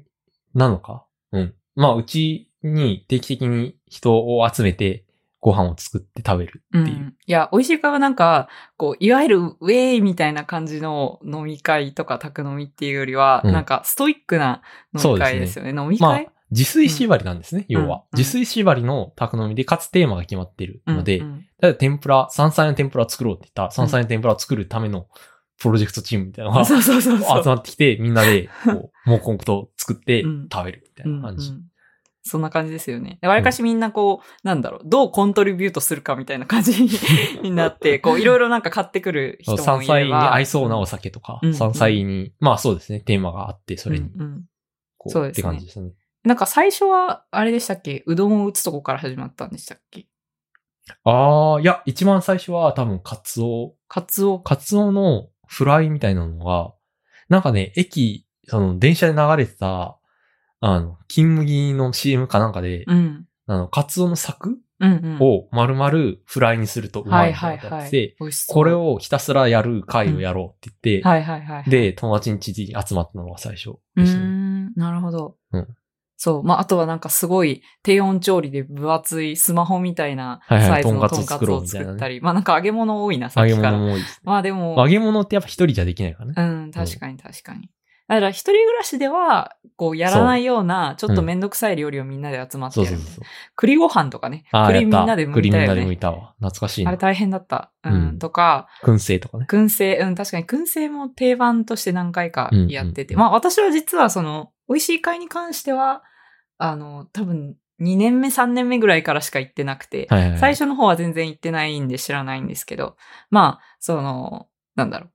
[SPEAKER 1] なのかうん。まあ、うちに定期的に人を集めて、ご飯を作って食べる
[SPEAKER 2] う
[SPEAKER 1] っていう。
[SPEAKER 2] ん。いや、美味しい会はなんか、こう、いわゆるウェイみたいな感じの飲み会とか宅飲みっていうよりは、
[SPEAKER 1] うん
[SPEAKER 2] なんかストイックな飲み会ですよね。飲み
[SPEAKER 1] ま
[SPEAKER 2] 会
[SPEAKER 1] あ、自炊縛りなんですね、
[SPEAKER 2] うん
[SPEAKER 1] 要は。
[SPEAKER 2] うん
[SPEAKER 1] 自炊縛りの宅飲みで、かつテーマが決まってるので、
[SPEAKER 2] うんうん
[SPEAKER 1] 例えば天ぷら、山菜の天ぷらを作ろうって言ったら、山菜の天ぷらを作るためのプロジェクトチームみたいなのが
[SPEAKER 2] (laughs) そうそうそうそう。
[SPEAKER 1] 集まってきて、みんなで、
[SPEAKER 2] (laughs)
[SPEAKER 1] こう、もうコンクと作って
[SPEAKER 2] うん
[SPEAKER 1] 食べるみたいな感じ。
[SPEAKER 2] うんうんそんな感じですよね。わりかしみんなこう、なんだろう、どうコントリビュートするかみたいな感じにに
[SPEAKER 1] (laughs)
[SPEAKER 2] なって、こう、いろいろなんか買ってくる人もいれば
[SPEAKER 1] 山菜に合いそうなお酒とか、
[SPEAKER 2] うん
[SPEAKER 1] 山菜に、まあそうですね、テーマがあって、それに
[SPEAKER 2] う、んうん
[SPEAKER 1] こう、
[SPEAKER 2] そう
[SPEAKER 1] っ
[SPEAKER 2] で
[SPEAKER 1] て
[SPEAKER 2] すね
[SPEAKER 1] 感じですね。
[SPEAKER 2] なんか最初は、あれでしたっけうどんを打つとこから始まったんでしたっけ
[SPEAKER 1] ああ、いや、一番最初は多分、カツオ、
[SPEAKER 2] カツオ。
[SPEAKER 1] カツオのフライみたいなのが、なんかね、駅、その、電車で流れてた、あの、金麦の CM かなんかで、
[SPEAKER 2] うん。
[SPEAKER 1] あの、カツオの柵
[SPEAKER 2] うんうん。
[SPEAKER 1] を丸々フライにするとうま
[SPEAKER 2] はいい
[SPEAKER 1] みた
[SPEAKER 2] はいい
[SPEAKER 1] なのがあ
[SPEAKER 2] は
[SPEAKER 1] っ
[SPEAKER 2] い。
[SPEAKER 1] て、
[SPEAKER 2] 美味しそう
[SPEAKER 1] これ。をひたすらやる回をやろうって言って、
[SPEAKER 2] はいはいはい。
[SPEAKER 1] で、友達ん家に集まったのが最初
[SPEAKER 2] う
[SPEAKER 1] で
[SPEAKER 2] ー
[SPEAKER 1] したね。
[SPEAKER 2] ん、なるほど。
[SPEAKER 1] うん
[SPEAKER 2] そう。まあ、あとはなんかすごい低温調理で分厚いスマホみたいな
[SPEAKER 1] はいはい
[SPEAKER 2] サイズの
[SPEAKER 1] と
[SPEAKER 2] と
[SPEAKER 1] んか
[SPEAKER 2] ん
[SPEAKER 1] つ
[SPEAKER 2] か
[SPEAKER 1] 作
[SPEAKER 2] つ
[SPEAKER 1] ろう
[SPEAKER 2] を
[SPEAKER 1] みたいなね
[SPEAKER 2] 作ったり。まあ、なんか揚げ物多いな、さ
[SPEAKER 1] 揚
[SPEAKER 2] っ
[SPEAKER 1] げ
[SPEAKER 2] きか
[SPEAKER 1] 物
[SPEAKER 2] ら。
[SPEAKER 1] も多いですね。
[SPEAKER 2] まあ、でも、
[SPEAKER 1] 揚げ物ってやっぱ一人じゃできないからね。
[SPEAKER 2] うん、確かに確かに。だから一人暮らしでは、こう、やらないような、ちょっとめんどくさい料理をみんなで集まって
[SPEAKER 1] そう
[SPEAKER 2] やる
[SPEAKER 1] そう
[SPEAKER 2] みたい
[SPEAKER 1] そう
[SPEAKER 2] な。
[SPEAKER 1] そう。
[SPEAKER 2] 栗ご飯とかね。
[SPEAKER 1] ああ、や
[SPEAKER 2] 栗
[SPEAKER 1] っ
[SPEAKER 2] みん
[SPEAKER 1] た
[SPEAKER 2] なで。剥
[SPEAKER 1] 栗
[SPEAKER 2] い
[SPEAKER 1] み
[SPEAKER 2] た
[SPEAKER 1] んな
[SPEAKER 2] よ
[SPEAKER 1] で剥い
[SPEAKER 2] ね。
[SPEAKER 1] たわ。懐かしい
[SPEAKER 2] あ
[SPEAKER 1] な
[SPEAKER 2] れ。大変だった。う
[SPEAKER 1] うん
[SPEAKER 2] ん、とか、
[SPEAKER 1] 燻製とかね。
[SPEAKER 2] 燻製、うん、確かに燻製も定番として何回かやってて。
[SPEAKER 1] うんうん
[SPEAKER 2] まあ私は実はその、美味しい会に関しては、あの、多分2年目、3年目ぐらいからしか行ってなくて、
[SPEAKER 1] はいはいはい。
[SPEAKER 2] 最初の方は全然行ってないんで知らないんですけど、まあ、その、なんだろう。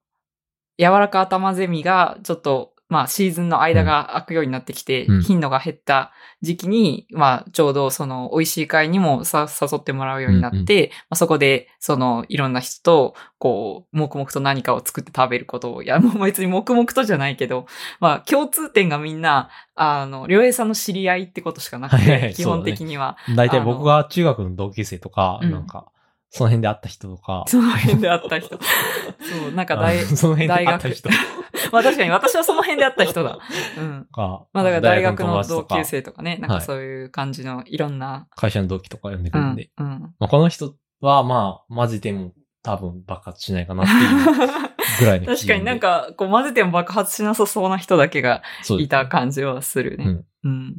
[SPEAKER 2] 柔らか頭ゼミが、ちょっと、まあ、シーズンの間が空くようになってきて、
[SPEAKER 1] うん
[SPEAKER 2] 頻度が減った時期に、まあ、ちょうど、その、美味しい会にもさ誘ってもらうようになって、まあ、そこで、その、いろんな人と、こう、黙々と何かを作って食べることを、いや、もう別に黙々とじゃないけど、まあ、共通点がみんな、あの、良平さんの知り合いってことしかなく
[SPEAKER 1] はいは
[SPEAKER 2] て
[SPEAKER 1] い、
[SPEAKER 2] 基本的には。
[SPEAKER 1] 大体僕が中学の同級生とか、
[SPEAKER 2] うん
[SPEAKER 1] なんか、その辺で会った人とか、
[SPEAKER 2] その辺で会った人。そう、なんか
[SPEAKER 1] あ
[SPEAKER 2] 大
[SPEAKER 1] の、 (laughs) その辺で会った人と
[SPEAKER 2] (laughs) まあ確かに私はその辺で会った人だ。うん。
[SPEAKER 1] か、
[SPEAKER 2] (laughs) まあだから大学
[SPEAKER 1] 友
[SPEAKER 2] の同
[SPEAKER 1] 達とか
[SPEAKER 2] 級生とかね、なんかそういう感じのいろんな、
[SPEAKER 1] 会社の同期とか呼んでく
[SPEAKER 2] う
[SPEAKER 1] るん
[SPEAKER 2] ん
[SPEAKER 1] で、、
[SPEAKER 2] うん。
[SPEAKER 1] まあ、この人はまあ、マジでも多分爆発しないかなっていうぐらいの基
[SPEAKER 2] (laughs) 確
[SPEAKER 1] 準で
[SPEAKER 2] かになん、か、こう混ぜても爆発しなさそうな人だけが
[SPEAKER 1] そうで
[SPEAKER 2] い
[SPEAKER 1] すね
[SPEAKER 2] た感じはするね。
[SPEAKER 1] うん
[SPEAKER 2] うん。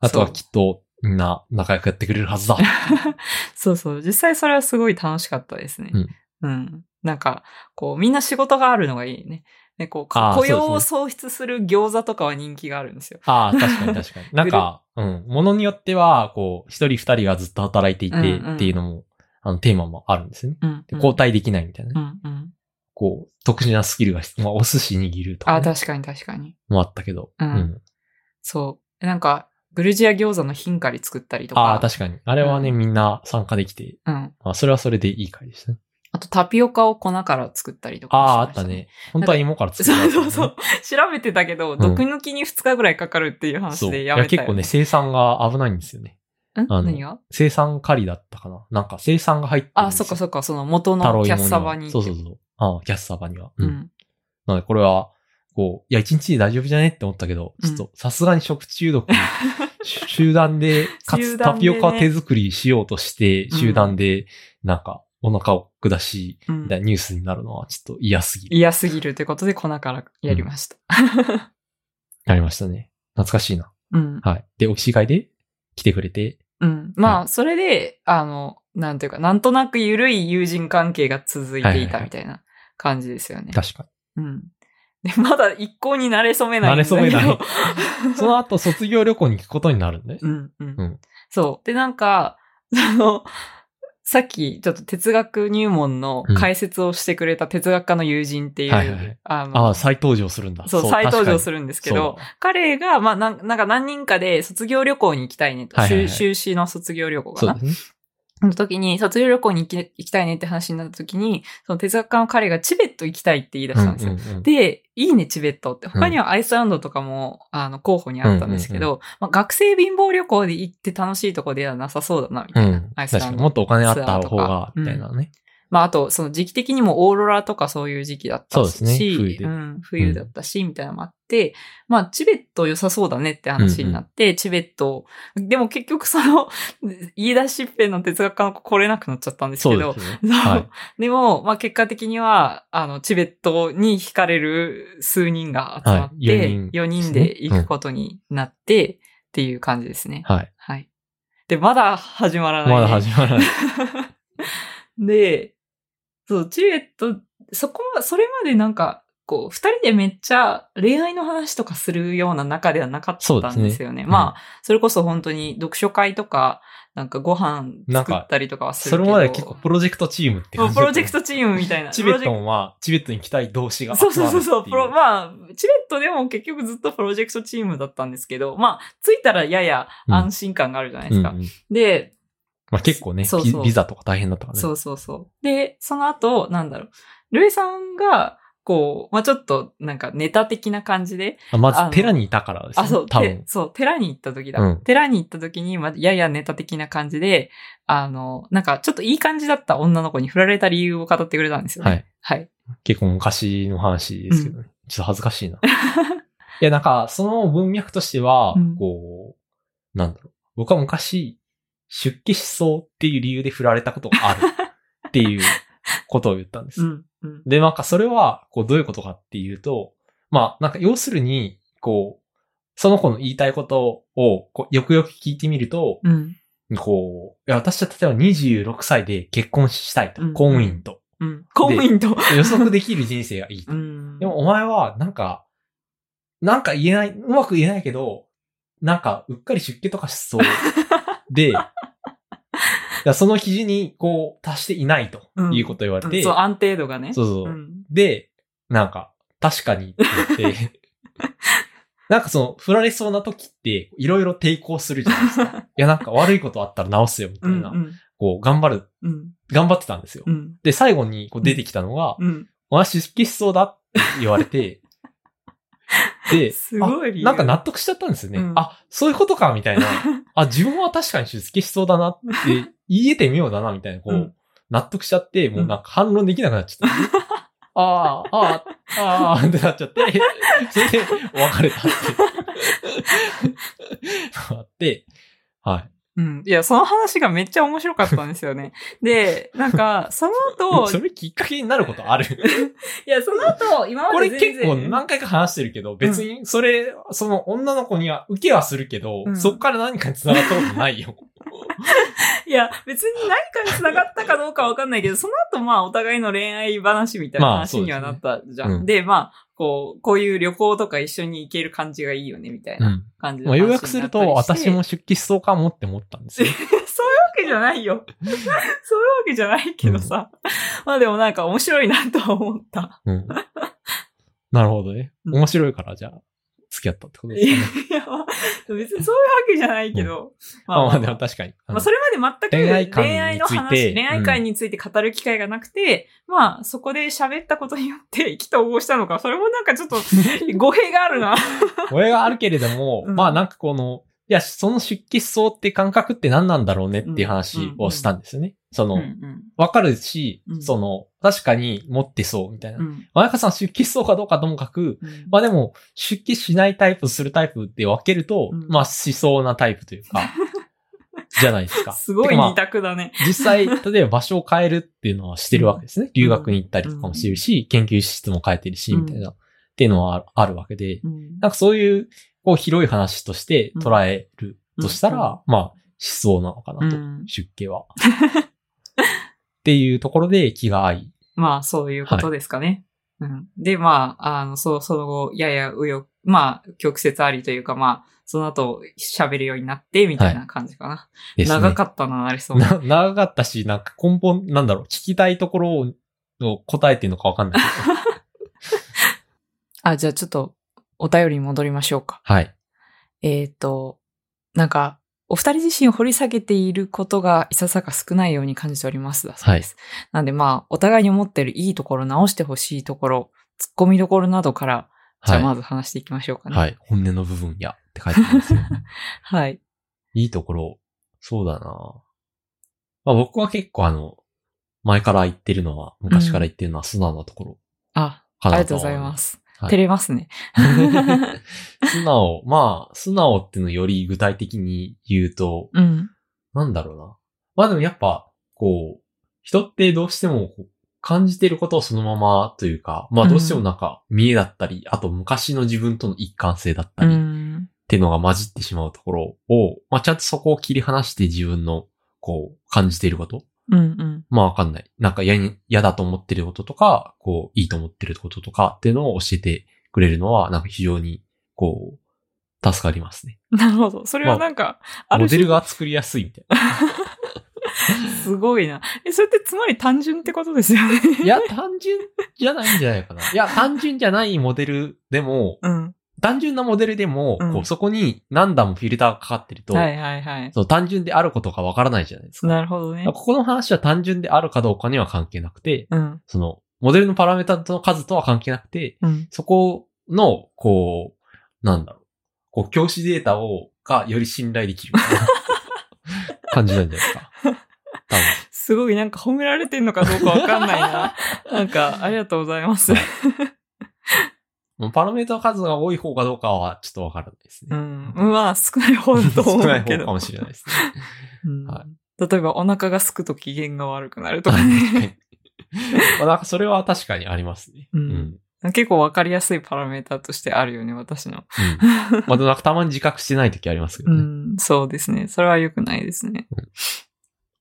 [SPEAKER 1] あとは
[SPEAKER 2] そう
[SPEAKER 1] きっと、みんな仲良くやってくれるはずだ。
[SPEAKER 2] そうそう。実際それはすごい楽しかったですね。
[SPEAKER 1] うん。
[SPEAKER 2] なんか、こう、みんな仕事があるのがいいね。ね、こう、
[SPEAKER 1] あー
[SPEAKER 2] 雇用
[SPEAKER 1] そう
[SPEAKER 2] を
[SPEAKER 1] で
[SPEAKER 2] 創出する餃子とかは人気があるんですよ。
[SPEAKER 1] ああ、確
[SPEAKER 2] (laughs)
[SPEAKER 1] かに確かに。なんか、うん。ものによっては、こう、一人二人がずっと働いていて
[SPEAKER 2] うんうん
[SPEAKER 1] っていうのも、あの、テーマもあるんですよね。
[SPEAKER 2] うん、
[SPEAKER 1] で交代できないみたいなね。
[SPEAKER 2] うんうん。
[SPEAKER 1] こう、特殊なスキルが必要。まあ、お寿司握ると
[SPEAKER 2] あ
[SPEAKER 1] か
[SPEAKER 2] ー、
[SPEAKER 1] ね、
[SPEAKER 2] 確かに確かに。
[SPEAKER 1] もあったけど。
[SPEAKER 2] うんそう。なんか、グルジア餃子のヒンカリ作ったりとか。
[SPEAKER 1] ああ、確かに。あれはね、
[SPEAKER 2] うん
[SPEAKER 1] みんな参加できて、
[SPEAKER 2] うん。
[SPEAKER 1] まあ、それはそれでいい回でしたね。
[SPEAKER 2] あと、タピオカを粉から作ったりとか、
[SPEAKER 1] ああ、あった。ね。本当は芋から
[SPEAKER 2] そ
[SPEAKER 1] 作る、
[SPEAKER 2] うそうそう。。調べてたけど、
[SPEAKER 1] ん
[SPEAKER 2] 毒抜きに2日ぐらいかかるってい
[SPEAKER 1] そ
[SPEAKER 2] う話
[SPEAKER 1] う。
[SPEAKER 2] で
[SPEAKER 1] い
[SPEAKER 2] や
[SPEAKER 1] や、
[SPEAKER 2] めたよ。
[SPEAKER 1] 結構ね、生産が危ないんですよね。
[SPEAKER 2] ん。
[SPEAKER 1] あの
[SPEAKER 2] 何が
[SPEAKER 1] 生産狩りだったかな。なんか生産が入ってるん
[SPEAKER 2] あ、
[SPEAKER 1] です
[SPEAKER 2] そっ
[SPEAKER 1] よ
[SPEAKER 2] かそっか、その元
[SPEAKER 1] タロイ
[SPEAKER 2] のキ
[SPEAKER 1] モ
[SPEAKER 2] ャ
[SPEAKER 1] には
[SPEAKER 2] ッサバに。
[SPEAKER 1] そうそうそう。ああ、キャッサバには。
[SPEAKER 2] う
[SPEAKER 1] うん。
[SPEAKER 2] ん。
[SPEAKER 1] なので、これは、こう、いや、一日で大丈夫じゃねって思ったけど、
[SPEAKER 2] うん
[SPEAKER 1] ちょっと、さすがに食中
[SPEAKER 2] (laughs)
[SPEAKER 1] 毒、し集団で、かつ
[SPEAKER 2] 集団
[SPEAKER 1] タ
[SPEAKER 2] で
[SPEAKER 1] ピ
[SPEAKER 2] ね
[SPEAKER 1] オカを手作りしようとして、
[SPEAKER 2] うん
[SPEAKER 1] 集団で、なんか、お腹を下し、
[SPEAKER 2] うん
[SPEAKER 1] みたいなニュースになるのは、ちょっと嫌すぎる。
[SPEAKER 2] 嫌すぎるということで粉からやりました。
[SPEAKER 1] なりましたね。懐かしいな。
[SPEAKER 2] うん。
[SPEAKER 1] はい。で、オキシ会で来てくれて、
[SPEAKER 2] うん。ま
[SPEAKER 1] は
[SPEAKER 2] あ、それで、あの、なんていうか、なんとなく緩い友人関係が続いていたみたいな感じですよね。
[SPEAKER 1] 確か
[SPEAKER 2] うん。で、 (laughs) まだ一向に慣れ初めないんだけど。
[SPEAKER 1] 慣れ初めない
[SPEAKER 2] (laughs)
[SPEAKER 1] に。その後、卒業旅行に行くことになるんで。
[SPEAKER 2] うん、うん、
[SPEAKER 1] うん
[SPEAKER 2] そう。で、なんか、 (laughs) その、さっき、ちょっと哲学入門の解説をしてくれた哲学家の友人っていう、
[SPEAKER 1] うんはいはいはい
[SPEAKER 2] あの、
[SPEAKER 1] ああ、再登場するんだ。
[SPEAKER 2] そう、再登場す
[SPEAKER 1] るんで
[SPEAKER 2] るんですけど、。彼が、まあなん、なんか何人かで卒業旅行に行きたいねと、
[SPEAKER 1] はいはいはい
[SPEAKER 2] 修修士の卒業旅行か
[SPEAKER 1] そう
[SPEAKER 2] な
[SPEAKER 1] だ。そうですね。
[SPEAKER 2] その時に、卒業旅行に行き行きたいねって話になった時に、その哲学家の彼がチベット行きたいって言い出したんですよ。
[SPEAKER 1] うんうんうん
[SPEAKER 2] で、いいね、チベットって。他にはアイスランドとかも、あの、候補にあったんですけど、
[SPEAKER 1] う
[SPEAKER 2] まあ、学生貧乏旅行で行って楽しいとこではなさそうだな、みた
[SPEAKER 1] う
[SPEAKER 2] いな。
[SPEAKER 1] ん。
[SPEAKER 2] ア
[SPEAKER 1] 確
[SPEAKER 2] イスラ
[SPEAKER 1] か
[SPEAKER 2] ンド
[SPEAKER 1] に。もっとお金あった
[SPEAKER 2] ツアー
[SPEAKER 1] 方
[SPEAKER 2] と
[SPEAKER 1] が
[SPEAKER 2] か、
[SPEAKER 1] みたいなね。
[SPEAKER 2] まあ、あと、その時期的にもオーロラとかそういう時期だったし、
[SPEAKER 1] そうですね冬で
[SPEAKER 2] うん、冬だったし、みたいなのもあって、まあ、チベット良さそうだねって話になって、チベット、でも結局その、言い出しっぺの哲学家の子来れなくなっちゃったんです
[SPEAKER 1] そ
[SPEAKER 2] け
[SPEAKER 1] う
[SPEAKER 2] ど、
[SPEAKER 1] ですよ
[SPEAKER 2] そう
[SPEAKER 1] ね。はい。
[SPEAKER 2] (laughs) でも、まあ、結果的には、あの、チベットに惹かれる数人が集まって、
[SPEAKER 1] はい四人
[SPEAKER 2] 4人で行くことになって、っていう感じですね。
[SPEAKER 1] はい。
[SPEAKER 2] はい。で、まだ始まらない、
[SPEAKER 1] まだ始まらな
[SPEAKER 2] (laughs)
[SPEAKER 1] い。
[SPEAKER 2] で、そう、チベット、そこは、それまでなんか、こう、二人でめっちゃ恋愛の話とかするような中ではなかった
[SPEAKER 1] そうです
[SPEAKER 2] ん
[SPEAKER 1] ね
[SPEAKER 2] ですよね。まあ、それこそ本当に読書会とか、なんかご飯
[SPEAKER 1] なん
[SPEAKER 2] 作
[SPEAKER 1] か
[SPEAKER 2] ったりとかはす
[SPEAKER 1] そ
[SPEAKER 2] るけ
[SPEAKER 1] れ
[SPEAKER 2] ど。
[SPEAKER 1] まで結構プロジェクトチームって感
[SPEAKER 2] もう
[SPEAKER 1] じ
[SPEAKER 2] プ
[SPEAKER 1] だ
[SPEAKER 2] ロ
[SPEAKER 1] った
[SPEAKER 2] ジェクトチームみたいな。
[SPEAKER 1] チベッ
[SPEAKER 2] プロ
[SPEAKER 1] ト
[SPEAKER 2] ジェク
[SPEAKER 1] もまあ、チベットに行きたい同士が集
[SPEAKER 2] そ
[SPEAKER 1] まる
[SPEAKER 2] うそうそうそう、
[SPEAKER 1] ってい
[SPEAKER 2] プロ、まあ、チベットでも結局ずっとプロジェクトチームだったんですけど、まあ、着いたらやや安心感があるじゃないですか。
[SPEAKER 1] うんうん
[SPEAKER 2] で、
[SPEAKER 1] まあ結構ね
[SPEAKER 2] そう
[SPEAKER 1] ビ
[SPEAKER 2] そう
[SPEAKER 1] ビザとか大変だったからね。
[SPEAKER 2] そうそうそう。で、その後、なんだろう。ルイさんが、こう、まあ、ちょっと、なんかネタ的な感じで、
[SPEAKER 1] あま
[SPEAKER 2] あ
[SPEAKER 1] ず
[SPEAKER 2] の
[SPEAKER 1] 寺にいたからですね。
[SPEAKER 2] あ、そう、
[SPEAKER 1] 多
[SPEAKER 2] て
[SPEAKER 1] 分。
[SPEAKER 2] そう、寺に行った時だ。
[SPEAKER 1] うん
[SPEAKER 2] 寺に行った時に、まあ、ややネタ的な感じで、あの、なんか、ちょっといい感じだった女の子に振られた理由を語ってくれたんですよね。
[SPEAKER 1] はい。
[SPEAKER 2] はい。
[SPEAKER 1] 結構昔の話ですけどね。ちょっと恥ずかし
[SPEAKER 2] (laughs)
[SPEAKER 1] いな。いや、なんか、その文脈としては
[SPEAKER 2] うん、
[SPEAKER 1] こう、なんだろう。僕は昔、出家しそうっていう理由で振られたことがあるっていうことを言ったんです
[SPEAKER 2] う。ん。うん。
[SPEAKER 1] で、なんかそれは、こう、どういうことかっていうと、まあ、なんか要するに、こう、その子の言いたいことを、こう、よくよく聞いてみると、
[SPEAKER 2] うん。
[SPEAKER 1] こう、いや、私は例えば26歳で結婚したいと
[SPEAKER 2] う、ん
[SPEAKER 1] 公務員と、
[SPEAKER 2] うん。公務員と。
[SPEAKER 1] 予測できる人生がいいと
[SPEAKER 2] う。ん。
[SPEAKER 1] でも、お前は、なんか、なんか言えない、うまく言えないけど、なんか、うっかり出家とかし
[SPEAKER 2] (laughs)
[SPEAKER 1] そう。で、だからその基準に、こう、達していないということを言われ
[SPEAKER 2] う
[SPEAKER 1] て、
[SPEAKER 2] んそう、安定度がね。
[SPEAKER 1] そうそう
[SPEAKER 2] うん。
[SPEAKER 1] で、なんか、確かにって言
[SPEAKER 2] (laughs)
[SPEAKER 1] って、なんかその、振られそうな時って、いろいろ抵抗するじゃない
[SPEAKER 2] (laughs)
[SPEAKER 1] ですか。いや、なんか悪いことあったら直すよ、みた
[SPEAKER 2] う
[SPEAKER 1] い
[SPEAKER 2] ん、う
[SPEAKER 1] な。
[SPEAKER 2] ん、
[SPEAKER 1] こう、頑張る、
[SPEAKER 2] うん、
[SPEAKER 1] 頑張ってたんですよ。
[SPEAKER 2] うん、
[SPEAKER 1] で、最後にこう出てきたのが、
[SPEAKER 2] うん。
[SPEAKER 1] お前出血しそうだって言われ
[SPEAKER 2] (laughs)
[SPEAKER 1] て、で、
[SPEAKER 2] すごい理由
[SPEAKER 1] あなんか納得しちゃったんですよね。
[SPEAKER 2] うん
[SPEAKER 1] あ、そういうことか、みたい
[SPEAKER 2] (laughs)
[SPEAKER 1] な。あ、自分は確かに出血しそうだなって、言えてみようだな、みたいな、こう、
[SPEAKER 2] うん
[SPEAKER 1] 納得しちゃって、もうなんか反論できなくなっちゃった。ああ、ああ、ああ、ってなっちゃって、それで、別れたっていう。あって、はい。
[SPEAKER 2] うん。いや、その話がめっちゃ面白かったんです
[SPEAKER 1] (laughs)
[SPEAKER 2] よね。で、なんか、その後、
[SPEAKER 1] それきっかけになることある
[SPEAKER 2] いや、その後、今
[SPEAKER 1] こ
[SPEAKER 2] まで
[SPEAKER 1] れ
[SPEAKER 2] 全
[SPEAKER 1] 結
[SPEAKER 2] 然
[SPEAKER 1] 構何回か話してるけど、別にそれ、その女の子には受けはするけど、
[SPEAKER 2] うん
[SPEAKER 1] そっから何かに繋がったことないよ。
[SPEAKER 2] いや、別に何かに繋がったかどうかわかんないけど、その後、まあ、お互いの恋愛話みたいな
[SPEAKER 1] まあ
[SPEAKER 2] 話にはなったじゃん。
[SPEAKER 1] そう
[SPEAKER 2] で
[SPEAKER 1] ですねうん
[SPEAKER 2] まあ、こう、こういう旅行とか一緒に行ける感じがいいよね、みたいな感じの
[SPEAKER 1] まあ、
[SPEAKER 2] 話
[SPEAKER 1] 要
[SPEAKER 2] になった
[SPEAKER 1] 約
[SPEAKER 2] りし
[SPEAKER 1] す
[SPEAKER 2] て
[SPEAKER 1] ると、私も。出血しそうかもって思ったんですよ。
[SPEAKER 2] そういうわけじゃないよ。 (laughs) そういうわけじゃないけどさ。まあでもなんか面白いなとは思った。
[SPEAKER 1] うん、なるほどね。
[SPEAKER 2] うん
[SPEAKER 1] 面白いから、じゃあ、付き合ったってことで
[SPEAKER 2] い
[SPEAKER 1] す
[SPEAKER 2] や
[SPEAKER 1] かね。、
[SPEAKER 2] まあ別にそういうわけじゃないけど。
[SPEAKER 1] ま (laughs) あまあ、でも確かに。あ
[SPEAKER 2] ま
[SPEAKER 1] の
[SPEAKER 2] あ、それまで全く
[SPEAKER 1] 恋愛観について
[SPEAKER 2] 恋愛の話、恋愛観について語る機会がなくて、まあ、そこで喋ったことによって意気投合したのか、それもなん
[SPEAKER 1] (laughs)
[SPEAKER 2] かちょっと語弊があるな。
[SPEAKER 1] これがあるけれども、
[SPEAKER 2] (laughs) うん
[SPEAKER 1] まあなんかこの、いや、その出血しそうって感覚って何なんだろうねっていう
[SPEAKER 2] うんう
[SPEAKER 1] 話
[SPEAKER 2] んうん
[SPEAKER 1] をしたんですよね。その、
[SPEAKER 2] う
[SPEAKER 1] わ、
[SPEAKER 2] ん
[SPEAKER 1] かるし、
[SPEAKER 2] うん
[SPEAKER 1] その、確かに持ってそうみたいな。
[SPEAKER 2] うんうん
[SPEAKER 1] まあ、やかさん出血しそうかどうかともかく、まあでも、出血しないタイプ、するタイプって分けると、
[SPEAKER 2] うん
[SPEAKER 1] まあしそうなタイプという
[SPEAKER 2] (laughs)
[SPEAKER 1] か、じゃないですか。
[SPEAKER 2] すご
[SPEAKER 1] てか
[SPEAKER 2] い
[SPEAKER 1] まあ
[SPEAKER 2] 二択だね。
[SPEAKER 1] 実
[SPEAKER 2] (laughs)
[SPEAKER 1] 際、例えば場所を変えるっていうのはしてるわけですね。留学に行ったりとかもしてるし、研究室も変えてるし、
[SPEAKER 2] うん
[SPEAKER 1] みたいな、っていうのはあるあるわけで、
[SPEAKER 2] うん
[SPEAKER 1] なんかそういう、こう、広い話として捉えるとしたら、まあ、しそうなのかなと、
[SPEAKER 2] うん
[SPEAKER 1] 出家は。っていうところで気が合い、
[SPEAKER 2] まあ、そういうことですかね。うん、で、まあ、あの、そう、その後、やや右翼、まあ、曲折ありというか、まあ、その後、喋るようになって、みたいな感じかな。
[SPEAKER 1] ですね。
[SPEAKER 2] 長かったな、
[SPEAKER 1] (laughs)
[SPEAKER 2] ありそう。
[SPEAKER 1] な長かったし、なんか根本、なんだろう、聞きたいところを、を答えてるのかわかんない
[SPEAKER 2] (laughs)
[SPEAKER 1] けど。
[SPEAKER 2] あ、じゃあちょっと、お便りに戻りましょうか。
[SPEAKER 1] はい。
[SPEAKER 2] えっ、と、なんか、お二人自身を掘り下げていることがいささか少ないように感じております。だそうです。なんでまあ、お互いに思っているいいところ、直してほしいところ、突っ込みどころなどから、じゃあま
[SPEAKER 1] は
[SPEAKER 2] ず話していきましょうか
[SPEAKER 1] い。
[SPEAKER 2] ね。
[SPEAKER 1] はい。本音の部分や、って書いてますよ。
[SPEAKER 2] はい。
[SPEAKER 1] いいところ、そうだなまあ僕は結構あの、前から言ってるのは、昔から言ってるのは素直なところ
[SPEAKER 2] あ、
[SPEAKER 1] か
[SPEAKER 2] あり
[SPEAKER 1] な
[SPEAKER 2] が
[SPEAKER 1] と
[SPEAKER 2] とう
[SPEAKER 1] は
[SPEAKER 2] ご
[SPEAKER 1] 思
[SPEAKER 2] ざい
[SPEAKER 1] ま。
[SPEAKER 2] ます
[SPEAKER 1] は
[SPEAKER 2] す。
[SPEAKER 1] い
[SPEAKER 2] 照れます
[SPEAKER 1] (laughs)
[SPEAKER 2] ね。
[SPEAKER 1] 素直、まあ、素直っていうのをより具体的に言うと、
[SPEAKER 2] うん。
[SPEAKER 1] なんだろうな。まあでもやっぱ、こう、人ってどうしてもこう感じてることをそのままというか、まあどうしてもなんか見えだったり、あと昔の自分との一貫性だった
[SPEAKER 2] う
[SPEAKER 1] り、っ
[SPEAKER 2] ん。
[SPEAKER 1] ていうのが混じってしまうところを、まあ、ちゃんとそこを切り離して自分の、こう、感じていること
[SPEAKER 2] うんうん。
[SPEAKER 1] まあ、わかんない。なんか嫌に、嫌だと思ってることとか、こう、いいと思ってることとかっていうのを教えてくれるのは、なんか非常に、こう、助かりますね。
[SPEAKER 2] なるほど。それはなんか、あ
[SPEAKER 1] モ
[SPEAKER 2] る
[SPEAKER 1] デ
[SPEAKER 2] 種
[SPEAKER 1] ルが作りやすいみ
[SPEAKER 2] (laughs)
[SPEAKER 1] たいな。
[SPEAKER 2] すごいな。え、それってつまり単純ってことですよね。
[SPEAKER 1] いや、単純じゃないんじゃないかな。いや、単純じゃないモデルでも、
[SPEAKER 2] (laughs) うん。
[SPEAKER 1] 単純なモデルでも、
[SPEAKER 2] うん
[SPEAKER 1] こう、そこに何段もフィルターがかかってると、
[SPEAKER 2] はいはいはい。
[SPEAKER 1] その単純であることがわからないじゃないですか。
[SPEAKER 2] なるほどね
[SPEAKER 1] こ。この話は単純であるかどうかには関係なくて、
[SPEAKER 2] うん。
[SPEAKER 1] その、モデルのパラメータの数とは関係なくて、
[SPEAKER 2] うん。
[SPEAKER 1] そこの、こう、なんだろう。こう、教師データを、がより信頼できる。 (laughs) 感じなんじゃないですか。多分。
[SPEAKER 2] すごいなんか褒められてんのかどうかわかんな
[SPEAKER 1] (laughs)
[SPEAKER 2] いな。なんか、ありがとうございます。
[SPEAKER 1] もうパラメータの数が多い方かどうかは、ちょっとわからないです
[SPEAKER 2] う
[SPEAKER 1] ね。
[SPEAKER 2] ん。まあ、少ない方だと思
[SPEAKER 1] 少ないう
[SPEAKER 2] け
[SPEAKER 1] 方
[SPEAKER 2] ど。
[SPEAKER 1] かもしれないですね。
[SPEAKER 2] (laughs) うん
[SPEAKER 1] は
[SPEAKER 2] 例えば、お腹が空くと機嫌が悪くなると
[SPEAKER 1] 確
[SPEAKER 2] か
[SPEAKER 1] か
[SPEAKER 2] ね。
[SPEAKER 1] に。まあ、なんかそれは確かにありますね。
[SPEAKER 2] うん (laughs) 結構わかりやすいパラメーターとしてあるよね、私の。
[SPEAKER 1] うんまあ、でもなんかたまに自覚してない時ありますけど
[SPEAKER 2] う
[SPEAKER 1] ね。
[SPEAKER 2] ん、そうですね。それは良くないですね。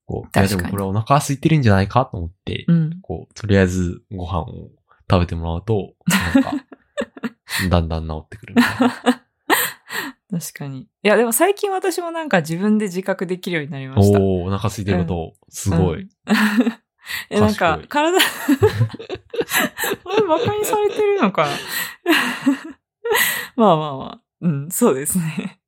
[SPEAKER 1] こう、いや
[SPEAKER 2] 確
[SPEAKER 1] で
[SPEAKER 2] かに
[SPEAKER 1] もこれお腹空いてるんじゃないかと思って、
[SPEAKER 2] うん。
[SPEAKER 1] こう、とりあえずご飯を食べてもらうと、なん
[SPEAKER 2] (laughs)
[SPEAKER 1] か、だんだん治ってくるみたいな。
[SPEAKER 2] 確かに。いや、でも最近私もなんか自分で自覚できるようになりました。
[SPEAKER 1] おー、お腹空いてること、すご
[SPEAKER 2] う
[SPEAKER 1] い
[SPEAKER 2] (laughs) ん。。え、なんか (laughs)
[SPEAKER 1] 賢い、
[SPEAKER 2] 体、あれ、バカにされてるるのか (laughs) なまあまあまあ。うん、そうですね。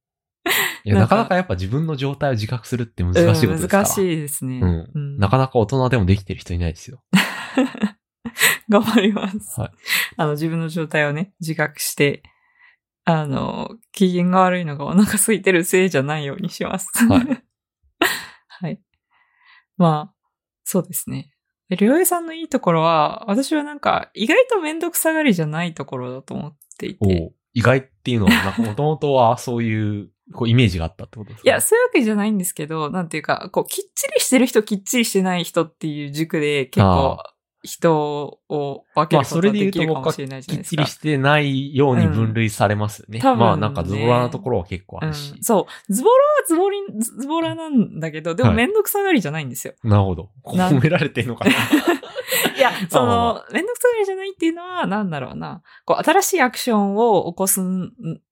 [SPEAKER 1] いや、
[SPEAKER 2] な
[SPEAKER 1] なん
[SPEAKER 2] か
[SPEAKER 1] かなかやっぱ自分の状態を自覚するって難しいことですから。
[SPEAKER 2] 難しいですね。
[SPEAKER 1] うん
[SPEAKER 2] うん
[SPEAKER 1] なかなか大人でもできてる人いないですよ。
[SPEAKER 2] (laughs) 頑張ります。
[SPEAKER 1] はい
[SPEAKER 2] あの、自分の状態をね、自覚して、あの、機嫌が悪いのがお腹空いてるせいじゃないようにします。
[SPEAKER 1] はい。
[SPEAKER 2] (laughs) はい。まあ、そうですね。でりょうえさんのいいところは、私はなんか、意外とめんどくさがりじゃないところだと思っていて。
[SPEAKER 1] おう意外っていうのは、なんか元々はそういう、こう、イメージがあったってことですか
[SPEAKER 2] いや、そういうわけじゃないんですけど、なんていうか、こう、きっちりしてる人、きっちりしてない人っていう軸で、結構、人を分け
[SPEAKER 1] まあ
[SPEAKER 2] ること
[SPEAKER 1] それ
[SPEAKER 2] が
[SPEAKER 1] で言
[SPEAKER 2] で
[SPEAKER 1] う
[SPEAKER 2] き
[SPEAKER 1] と
[SPEAKER 2] るか
[SPEAKER 1] 僕
[SPEAKER 2] も
[SPEAKER 1] は
[SPEAKER 2] し
[SPEAKER 1] き
[SPEAKER 2] れないじゃな
[SPEAKER 1] っ
[SPEAKER 2] いです
[SPEAKER 1] ち
[SPEAKER 2] か。
[SPEAKER 1] りしてないように分類されますよね。
[SPEAKER 2] うん多分ね
[SPEAKER 1] まあなんかズボラなところは結構あるし
[SPEAKER 2] うん。そう。ズボラはズボリン、ズズボラなんだけど、でも
[SPEAKER 1] はい
[SPEAKER 2] めんどくさがりじゃないんですよ。
[SPEAKER 1] なるほど。
[SPEAKER 2] なん
[SPEAKER 1] 褒められてんのかな
[SPEAKER 2] い、や、 (laughs) そ
[SPEAKER 1] まあ
[SPEAKER 2] の、めんどくさがりじゃないっていうのは、なんだろうな。こう、新しいアクションを起こす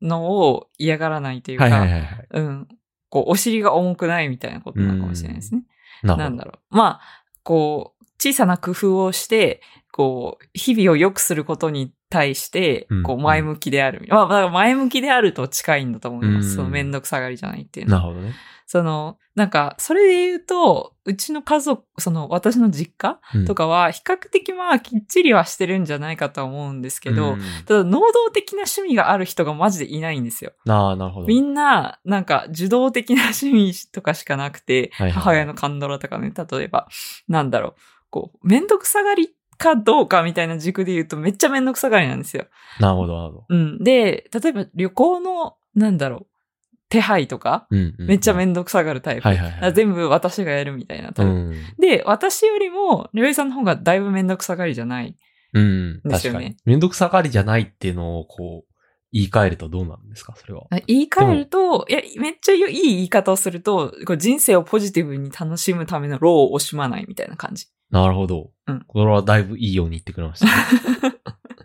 [SPEAKER 2] のを嫌がらないというか、
[SPEAKER 1] はいはいはいはい。
[SPEAKER 2] うん。こう、お尻が重くないみたいなことなのかもしれないですね。
[SPEAKER 1] な
[SPEAKER 2] なん
[SPEAKER 1] る
[SPEAKER 2] だろう。まあ、こう、小さな工夫をして、こう、日々を良くすることに対して
[SPEAKER 1] うん、
[SPEAKER 2] こう、前向きである。まあ、だから前向きであると近いんだと思います。
[SPEAKER 1] うん
[SPEAKER 2] そのめんどくさがりじゃないっていう
[SPEAKER 1] ほ
[SPEAKER 2] の
[SPEAKER 1] ど。
[SPEAKER 2] は
[SPEAKER 1] なるほどね。
[SPEAKER 2] その、なんか、それで言うと、うちの家族、その、私の実家
[SPEAKER 1] うん
[SPEAKER 2] とかは、比較的まあ、きっちりはしてるんじゃないかとは思うんですけど、
[SPEAKER 1] うん
[SPEAKER 2] ただ、能動的な趣味がある人がマジでいないんですよ。
[SPEAKER 1] なあ、なるほど。
[SPEAKER 2] みんな、なんか、受動的な趣味とかしかなくて、
[SPEAKER 1] はいはい
[SPEAKER 2] 母親のカンドラとかね、例えば、なんだろう、こう、めんどくさがりかどうかみたいな軸で言うと、めっちゃめんどくさがりなんですよ。
[SPEAKER 1] なるほど、なるほど。
[SPEAKER 2] うん。で、例えば、旅行の、なんだろう、手配とか、
[SPEAKER 1] うんうん。
[SPEAKER 2] めっちゃめ
[SPEAKER 1] ん
[SPEAKER 2] んどくさがるタイプ
[SPEAKER 1] はいはいはい。
[SPEAKER 2] あ全部私がやるみたいなタイプ。
[SPEAKER 1] うん。
[SPEAKER 2] で、私よりも、りょうえさんの方がだいぶめんどくさがりじゃない。
[SPEAKER 1] うん。
[SPEAKER 2] です
[SPEAKER 1] 確
[SPEAKER 2] よね
[SPEAKER 1] かに。めんどくさがりじゃないっていうのを、こう、言い換えるとどうなんですかそれは。
[SPEAKER 2] あ言い換えると、いや、めっちゃいい言い方をすると、こう人生をポジティブに楽しむための労を惜しまないみたいな感じ。
[SPEAKER 1] なるほど。
[SPEAKER 2] うん
[SPEAKER 1] これはだいぶいいように言ってくれましたね。
[SPEAKER 2] (laughs)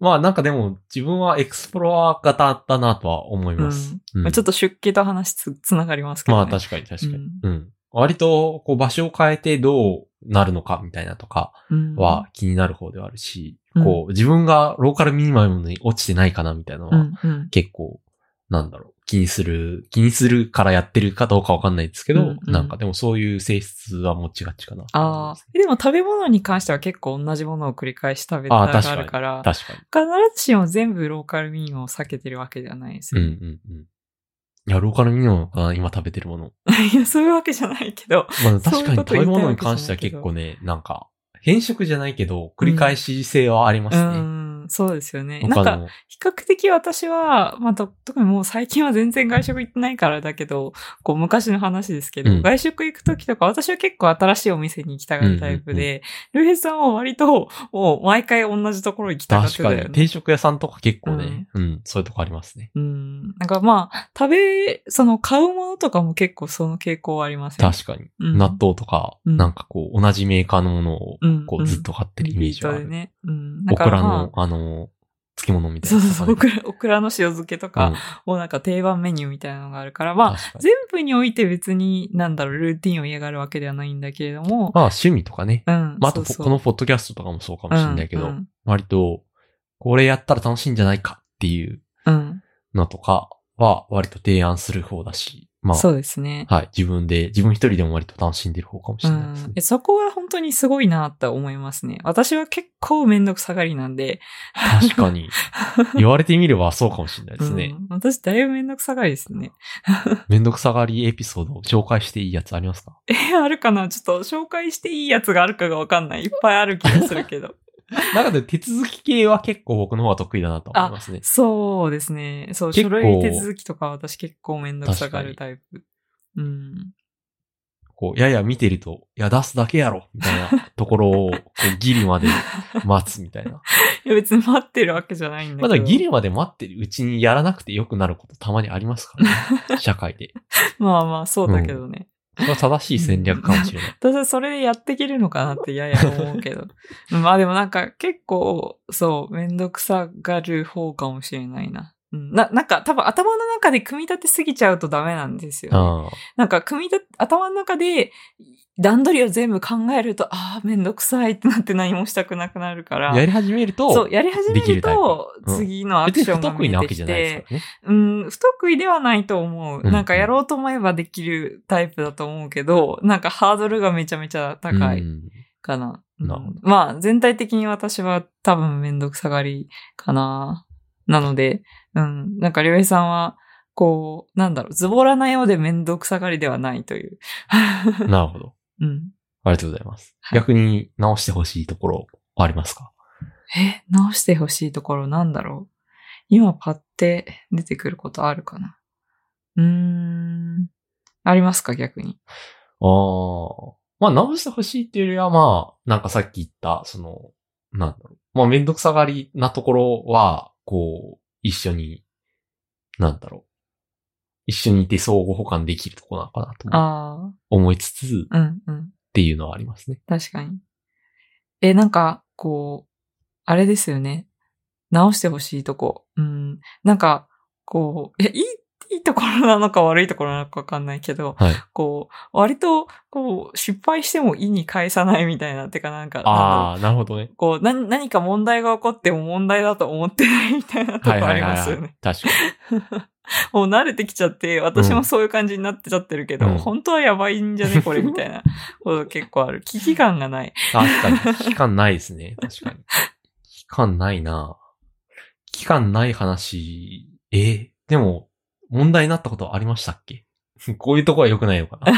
[SPEAKER 1] まあなんかでも自分はエクスプロア型だなとは思います。うん
[SPEAKER 2] まあ、ちょっと出家と話つつながりますけ
[SPEAKER 1] ま
[SPEAKER 2] ど、
[SPEAKER 1] あ
[SPEAKER 2] ね。
[SPEAKER 1] 確かに確かに。うん。割とこう場所を変えてどうなるのかみたいなとか
[SPEAKER 2] うん
[SPEAKER 1] は、気になる方ではあるし、
[SPEAKER 2] うん
[SPEAKER 1] こう自分がローカルミニマムに落ちてないかなみたいなの
[SPEAKER 2] う
[SPEAKER 1] は
[SPEAKER 2] んうん
[SPEAKER 1] 結構なんだろう。気にする、気にするからやってるかどうかわかんないですけど、
[SPEAKER 2] うんうん
[SPEAKER 1] なんかでもそういう性質は持ちがちかな。
[SPEAKER 2] ああ。でも食べ物に関しては結構同じものを繰り返し食べた
[SPEAKER 1] あー
[SPEAKER 2] が
[SPEAKER 1] 確か
[SPEAKER 2] あ
[SPEAKER 1] に
[SPEAKER 2] るから、
[SPEAKER 1] 確かに。
[SPEAKER 2] 必ずしも全部ローカルミームを避けてるわけではないです
[SPEAKER 1] うん
[SPEAKER 2] よ
[SPEAKER 1] う
[SPEAKER 2] ね、
[SPEAKER 1] んうん。いや、ローカルミニマムかな今食べてるもの。
[SPEAKER 2] (laughs) いや、そういうわけじゃないけど、
[SPEAKER 1] まあ、
[SPEAKER 2] そう
[SPEAKER 1] 確
[SPEAKER 2] いう
[SPEAKER 1] かに
[SPEAKER 2] こと
[SPEAKER 1] 食べ物に関しては結構ね、なんか、変色じゃないけど、繰り返し性はありま
[SPEAKER 2] う
[SPEAKER 1] すね。
[SPEAKER 2] ん、そうですよね。なん
[SPEAKER 1] 他
[SPEAKER 2] か、
[SPEAKER 1] の。
[SPEAKER 2] 比較的私は、まあ、と特にもう最近は全然外食行ってないからだけど、こう昔の話ですけど、
[SPEAKER 1] うん
[SPEAKER 2] 外食行くときとか私は結構新しいお店に行きたがるタイプで、ルイヘイさんは割ともう毎回同じところ行きたがっ
[SPEAKER 1] 確
[SPEAKER 2] てた
[SPEAKER 1] か
[SPEAKER 2] よ
[SPEAKER 1] に。
[SPEAKER 2] ね。
[SPEAKER 1] 定食屋さんとか結構ね、うん、そういうとこありますね。
[SPEAKER 2] うん。なんかまあ、食べ、その買うものとかも結構その傾向はありますよね。
[SPEAKER 1] 確かに。
[SPEAKER 2] うん
[SPEAKER 1] 納豆とか、
[SPEAKER 2] うん
[SPEAKER 1] なんかこう、同じメーカーのものを
[SPEAKER 2] うん、
[SPEAKER 1] こう、ずっと買ってるイメージがあ
[SPEAKER 2] リピートで
[SPEAKER 1] る。
[SPEAKER 2] ね。うん。
[SPEAKER 1] オクラ
[SPEAKER 2] まあ
[SPEAKER 1] の、あの、漬物みたい
[SPEAKER 2] そ
[SPEAKER 1] な
[SPEAKER 2] う
[SPEAKER 1] や
[SPEAKER 2] そう
[SPEAKER 1] つと
[SPEAKER 2] そ
[SPEAKER 1] か
[SPEAKER 2] う、
[SPEAKER 1] ね。
[SPEAKER 2] オクラ、オクラの塩漬けと
[SPEAKER 1] うん
[SPEAKER 2] か、もうなんか定番メニューみたいなのがあるから、まあ、
[SPEAKER 1] 確かに
[SPEAKER 2] 全部において別に、なんだろう、ルーティンを嫌がるわけではないんだけれども、
[SPEAKER 1] まあ、趣味とかね。
[SPEAKER 2] うん。
[SPEAKER 1] まあ、あと、
[SPEAKER 2] そうそう
[SPEAKER 1] このポッドキャストとかもそうかもしれないけど、
[SPEAKER 2] うんうん
[SPEAKER 1] 割と、これやったら楽しいんじゃないかっていう
[SPEAKER 2] うん
[SPEAKER 1] のとかは割と提案する方だし、ま
[SPEAKER 2] そうですね。
[SPEAKER 1] あ、はい、自分で、自分一人でも割と楽しんでる方かもし
[SPEAKER 2] う
[SPEAKER 1] れないです
[SPEAKER 2] ん
[SPEAKER 1] ね、。
[SPEAKER 2] えそこは本当にすごいなって思いますね。私は結構めんどくさがりなん (laughs) で。
[SPEAKER 1] 確かに。言われてみればそうかもしれないですね。
[SPEAKER 2] うん私だいぶめんどくさがりですね。
[SPEAKER 1] めんどくさがりエピソードを紹介していいやつありますか
[SPEAKER 2] え、あるかなちょっと紹介していいやつがあるかがわかんない。いっぱいある気がする
[SPEAKER 1] (laughs)
[SPEAKER 2] けど。
[SPEAKER 1] 中で手続き系は結構僕の方が得意だなと思いますね。
[SPEAKER 2] そうですね。そう、
[SPEAKER 1] 結
[SPEAKER 2] 書
[SPEAKER 1] 構
[SPEAKER 2] 類手続きとか私結構めんどくさがるタイプ。うん。
[SPEAKER 1] こう、やや見てると、いや、出すだけやろみたいなところを、こう、ギリまで待つみたいな。
[SPEAKER 2] (laughs) いや、別に待ってるわけじゃないんだけ
[SPEAKER 1] ま
[SPEAKER 2] ど。
[SPEAKER 1] だギリまで待ってるうちにやらなくて良くなることたまにありますから
[SPEAKER 2] (laughs)
[SPEAKER 1] ね。社会で。
[SPEAKER 2] まあまあ、そうだけどね。
[SPEAKER 1] それは正しい戦略かもしれない。
[SPEAKER 2] 私はそれでやっていけるのかなってやや思うけど。 (laughs) まあでもなんか結構、そう、めんどくさがる方かもしれないな。うんな、なんか多分頭の中で組み立てすぎちゃうとダメなんですよね、
[SPEAKER 1] うん。
[SPEAKER 2] なんか組み立て、頭の中で段取りを全部考えると、ああ、めんどくさいってなって何もしたくなくなるから。
[SPEAKER 1] やり始めると、
[SPEAKER 2] そう、やり始め
[SPEAKER 1] でき
[SPEAKER 2] る
[SPEAKER 1] るタイ
[SPEAKER 2] と、
[SPEAKER 1] プうん
[SPEAKER 2] 次のアク
[SPEAKER 1] 別
[SPEAKER 2] シ
[SPEAKER 1] に不
[SPEAKER 2] ョンが
[SPEAKER 1] 得意
[SPEAKER 2] 見
[SPEAKER 1] なわけ
[SPEAKER 2] えて
[SPEAKER 1] じ
[SPEAKER 2] き
[SPEAKER 1] ゃないで
[SPEAKER 2] て
[SPEAKER 1] す、からね。
[SPEAKER 2] うん、不得意ではないと思う。
[SPEAKER 1] うん
[SPEAKER 2] なんかやろうと思えばできるタイプだと思うけど、なんかハードルがめちゃめちゃ高
[SPEAKER 1] う
[SPEAKER 2] い
[SPEAKER 1] ん
[SPEAKER 2] かな。
[SPEAKER 1] なる
[SPEAKER 2] う
[SPEAKER 1] ほ
[SPEAKER 2] んまあ、全体的に私は多分めんどくさがりかな。なので、うん、なんかりょうへいさんは、こう、なんだろう、ズボラなようでめんどくさがりではないという。
[SPEAKER 1] なるほど。
[SPEAKER 2] うん。
[SPEAKER 1] ありがとうございます。
[SPEAKER 2] はい
[SPEAKER 1] 逆に直してほしいところはありますか
[SPEAKER 2] え、直してほしいところなんだろう今パッて出てくることあるかなうーん。ありますか逆に。
[SPEAKER 1] ああ。まあ、直してほしいっていうよりは、まあ、なんかさっき言った、その、なんだろう。まあ、めんどくさがりなところは、こう、一緒に、なんだろう。一緒にいて相互補完できるとこなのかなとも
[SPEAKER 2] あ
[SPEAKER 1] 思いつつっ
[SPEAKER 2] あ、うんうん。
[SPEAKER 1] ていうのはありますね。
[SPEAKER 2] 確かに。え、なんか、こう、あれですよね。直してほしいとこ。うん。なんか、こう、え、いい、いいところなのか悪いところなのかわかんないけど、
[SPEAKER 1] はい。
[SPEAKER 2] こう、割と、こう、失敗しても意に返さないみたいな、てかなんか、なんだろう
[SPEAKER 1] ああ、なるほどね。
[SPEAKER 2] こう、な、何か問題が起こっても問題だと思ってないみたいなとこ
[SPEAKER 1] はい
[SPEAKER 2] あ
[SPEAKER 1] はい
[SPEAKER 2] り
[SPEAKER 1] はい、
[SPEAKER 2] ます
[SPEAKER 1] は
[SPEAKER 2] よ
[SPEAKER 1] い
[SPEAKER 2] ね。。
[SPEAKER 1] 確かに。
[SPEAKER 2] もう慣れてきちゃって、私もそういう感じになってちゃってるけど、
[SPEAKER 1] うん
[SPEAKER 2] 本当はやばいんじゃねこれみたいなこと結構ある。危機感がない。
[SPEAKER 1] 確かに。期間ないですね。確かに。期間ないな期間ない話、えーでも、問題になったことありましたっけ (laughs) こういうとこは良くないのかな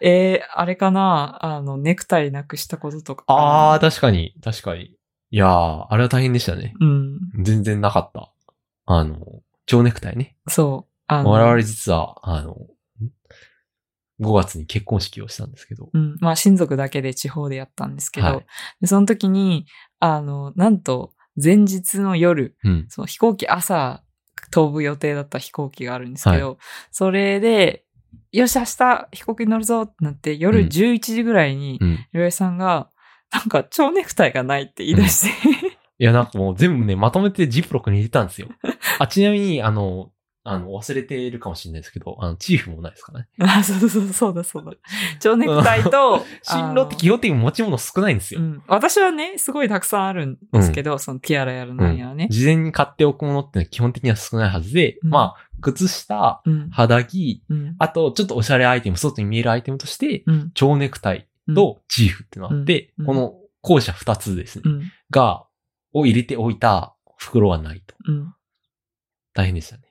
[SPEAKER 2] えー、あれかなあの、ネクタイなくしたこととか。
[SPEAKER 1] あー、
[SPEAKER 2] だ。
[SPEAKER 1] 確かに、確かに。いやー、あれは大変でしたね。
[SPEAKER 2] うん。
[SPEAKER 1] 全然なかった。あの、蝶ネクタイね。
[SPEAKER 2] そう。あの、
[SPEAKER 1] 我々実は、あの、ん5月に結婚式をしたんですけど。
[SPEAKER 2] うん。まあ、親族だけで地方でやったんですけど、
[SPEAKER 1] はい
[SPEAKER 2] でその時に、あの、なんと、前日の夜、
[SPEAKER 1] うん。
[SPEAKER 2] その飛行機朝飛ぶ予定だった飛行機があるんですけど、それで、よし、明日飛行機に乗るぞってなって、夜
[SPEAKER 1] うん
[SPEAKER 2] 11時ぐらいに、
[SPEAKER 1] うん。
[SPEAKER 2] りょうえさんが、なんか蝶ネクタイがないって言い出して、
[SPEAKER 1] いや、なんかもう全部ね、まとめてジップロックに入れたん
[SPEAKER 2] (laughs)
[SPEAKER 1] ですよ。あ、ちなみに、あの、あの、忘れているかもしれないですけど、あの、チーフもないですからね。
[SPEAKER 2] (laughs) あ、そうそうそう、そうだそうだ。蝶ネクタイ
[SPEAKER 1] (laughs)
[SPEAKER 2] と、
[SPEAKER 1] 新郎って基本的に持ち物少ないんです
[SPEAKER 2] う
[SPEAKER 1] よ。
[SPEAKER 2] ん、私はね、すごいたくさんあるんですけど、そのティアラやるなんやらね。
[SPEAKER 1] 事前に買っておくものってのは基本的には少ないはずで、
[SPEAKER 2] うん
[SPEAKER 1] まあ、靴下、
[SPEAKER 2] うん。
[SPEAKER 1] 肌着、
[SPEAKER 2] うん。
[SPEAKER 1] あと、ちょっとおしゃれアイテム、外に見えるアイテムとして、
[SPEAKER 2] うん。
[SPEAKER 1] 蝶ネクタイとチーフってのがあって、
[SPEAKER 2] うん
[SPEAKER 1] この校舎二つですね、
[SPEAKER 2] うん。
[SPEAKER 1] が、を入れておいた袋はないと。
[SPEAKER 2] うん。
[SPEAKER 1] 大変でしたね。